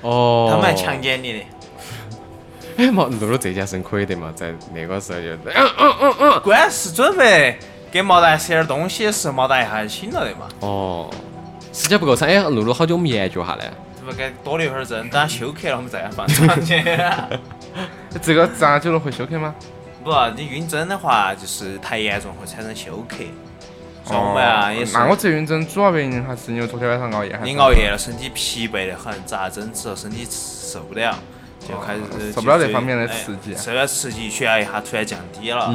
[SPEAKER 3] 哦，
[SPEAKER 4] 他们还强。奸你的，
[SPEAKER 3] 哎，毛露露这件事可以的嘛，在那个时候就，哎哦
[SPEAKER 4] 关键是准备给毛蛋吃点东西的时候，毛蛋一下就醒了的嘛，
[SPEAKER 3] 哦，时间不够长，哎，露露好久我们研究下嘞。
[SPEAKER 4] 这不该多留会儿针，等他休克了我们再放上去。
[SPEAKER 2] 这个长久了会休克吗？
[SPEAKER 4] 不，你晕针的话，就是太严重会产生休克，
[SPEAKER 3] 哦
[SPEAKER 4] 所以我
[SPEAKER 2] 哎
[SPEAKER 4] 们啊也是。
[SPEAKER 2] 哦那我这晕针主要原因还是因为昨天晚上熬夜，还是
[SPEAKER 4] 你熬夜了，身体疲惫的很，咋整治？身体受不了，就开始
[SPEAKER 2] 哦受不了这方面的刺激嗯
[SPEAKER 4] 哎受不了刺激，血压一下突然降低了，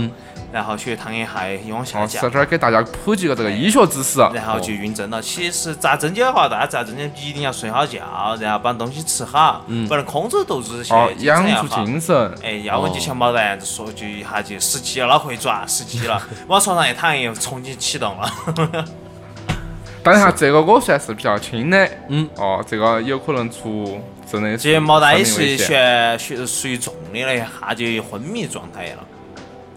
[SPEAKER 4] 然后血糖一下也往下
[SPEAKER 2] 哦，在
[SPEAKER 4] 降，
[SPEAKER 2] 这儿哦给大家普及个这个医学知识。啊
[SPEAKER 4] 然后就晕针了。其实扎针灸的话，大家扎针灸一定要睡好觉，然后把东西吃好，不能空着肚子去
[SPEAKER 2] 嗯哦，
[SPEAKER 4] 精
[SPEAKER 2] 养
[SPEAKER 4] 神要
[SPEAKER 2] 出
[SPEAKER 4] 好。
[SPEAKER 2] 精哦神。
[SPEAKER 4] 哎，要不就像毛蛋子说，就一下就失机了，脑壳一抓失 机了，往床上一躺又重新启动了。
[SPEAKER 2] 当然，这个我算是比较轻的。
[SPEAKER 3] 嗯。
[SPEAKER 2] 哦，这个有可能出真的是
[SPEAKER 4] 其实毛蛋也
[SPEAKER 2] 生命
[SPEAKER 4] 是
[SPEAKER 2] 危险
[SPEAKER 4] 学学属于重的了，一下就昏迷状态了，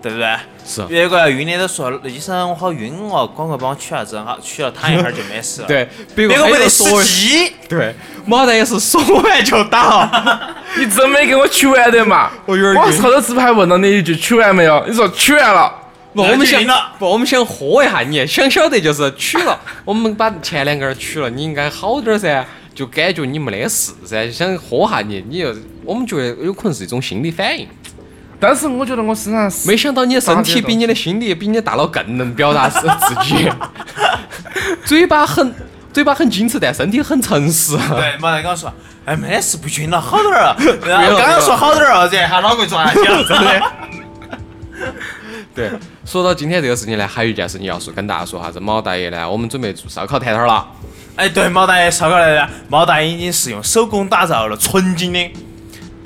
[SPEAKER 4] 对不对？
[SPEAKER 3] 是
[SPEAKER 4] 别个要晕的都说医生我好晕哦，赶快帮我取下针，好取了躺一会儿就没事 了。，
[SPEAKER 3] 对，别
[SPEAKER 4] 别个
[SPEAKER 3] 还
[SPEAKER 4] 没
[SPEAKER 3] 有
[SPEAKER 4] 得
[SPEAKER 3] 说
[SPEAKER 4] 司机，
[SPEAKER 3] 对，马蛋也是说完就打。
[SPEAKER 2] 你真没给我取完的嘛？
[SPEAKER 3] 我有点晕
[SPEAKER 2] 我后头直拍问了你一句取完没有？你说取完了。
[SPEAKER 3] 不，我
[SPEAKER 4] 那
[SPEAKER 3] 们
[SPEAKER 4] 就
[SPEAKER 3] 想
[SPEAKER 4] 赢了
[SPEAKER 3] 不，我们想喝一下你，想晓得就是取了，我们把前两个人取了，你应该好点儿噻，就感觉你没得事噻，想喝下你，你就我们觉得有可能是一种心理反应，
[SPEAKER 2] 但是我觉得我身上是
[SPEAKER 3] 没想到你的身体比你的心理比你的大脑更能表 达自自己，嘴巴很嘴巴很矜持，但身体很诚实。啊
[SPEAKER 4] 对，毛蛋跟我说，哎，没得事，不晕了，好点儿了。然后刚刚说好点儿啊了，然后他脑壳抓下去了，真的。
[SPEAKER 3] 对，说到今天这个事情呢，还有一件事情要说跟大家说哈，这毛大爷呢，我们准备做烧烤摊摊儿了。
[SPEAKER 4] 哎，对，毛蛋烧烤来了，毛蛋已经是用手工打造了纯金的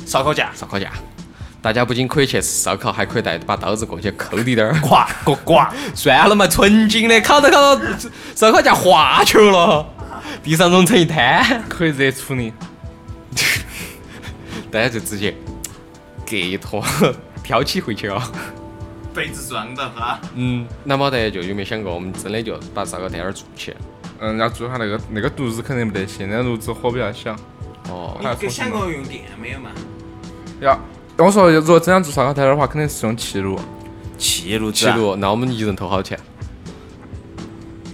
[SPEAKER 4] 烧烤架，
[SPEAKER 3] 烧烤架。大家不仅可以去吃烧烤，还可以带把刀 子过去抠滴点儿。
[SPEAKER 4] 咵，呱呱。
[SPEAKER 3] 算了嘛，纯金的，烤着烤着，烧烤架化球了，地上融成一滩。
[SPEAKER 2] 可以热处理。
[SPEAKER 3] 大家就直接隔一坨飘起回去了。
[SPEAKER 4] 被子撞到哈，
[SPEAKER 3] 嗯，那毛蛋就有没有想过，我们真的就把烧烤摊儿做起？
[SPEAKER 2] 嗯，要做下那个那个炉子肯定不得行，那个炉子火比较小。
[SPEAKER 3] 哦，
[SPEAKER 2] 你给想过
[SPEAKER 4] 用电没有嘛？
[SPEAKER 2] 要我说，如果真想做烧烤摊的话，肯定是用气炉。
[SPEAKER 4] 气炉
[SPEAKER 3] 记
[SPEAKER 4] 子啊，
[SPEAKER 3] 录，那我们一人投好钱？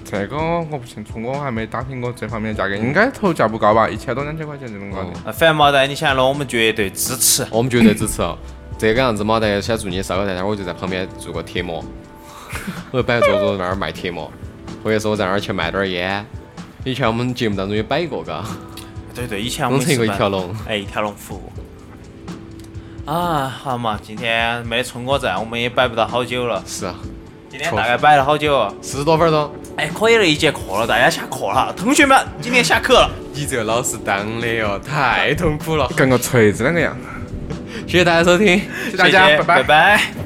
[SPEAKER 2] 这个我不清楚，我还没打听过这方面的价格，应该投价不高吧，一千多两千块钱这种高的
[SPEAKER 3] 哦。
[SPEAKER 4] 啊，反正毛蛋，你想了，我们绝对支持。
[SPEAKER 3] 我们绝对支持 哦。这个样子，毛蛋想做你的烧烤摊摊儿，我就在旁边做个贴膜， 我就摆个桌子在那儿卖贴膜，或者说我在那儿去卖点儿烟。以前我们节目当中也摆过，嘎，
[SPEAKER 4] 对对，以前我
[SPEAKER 3] 弄
[SPEAKER 4] 们
[SPEAKER 3] 成一个
[SPEAKER 4] 是
[SPEAKER 3] 一
[SPEAKER 4] 把
[SPEAKER 3] 条龙。
[SPEAKER 4] 哎，一条龙服务。啊，好嘛，今天没春哥在，我们也摆不到好久了。
[SPEAKER 3] 是啊，
[SPEAKER 4] 今天大概摆了好久哦？
[SPEAKER 3] 四十多分钟。
[SPEAKER 4] 哎，可以了，一节课了，大家下课了，同学们，今天下课了。
[SPEAKER 3] 你这个老师当的哟，太痛苦了。
[SPEAKER 2] 跟个锤子那个样。
[SPEAKER 3] 谢谢大家收听。
[SPEAKER 2] 谢谢大家
[SPEAKER 4] 谢谢
[SPEAKER 2] 拜拜
[SPEAKER 4] 拜拜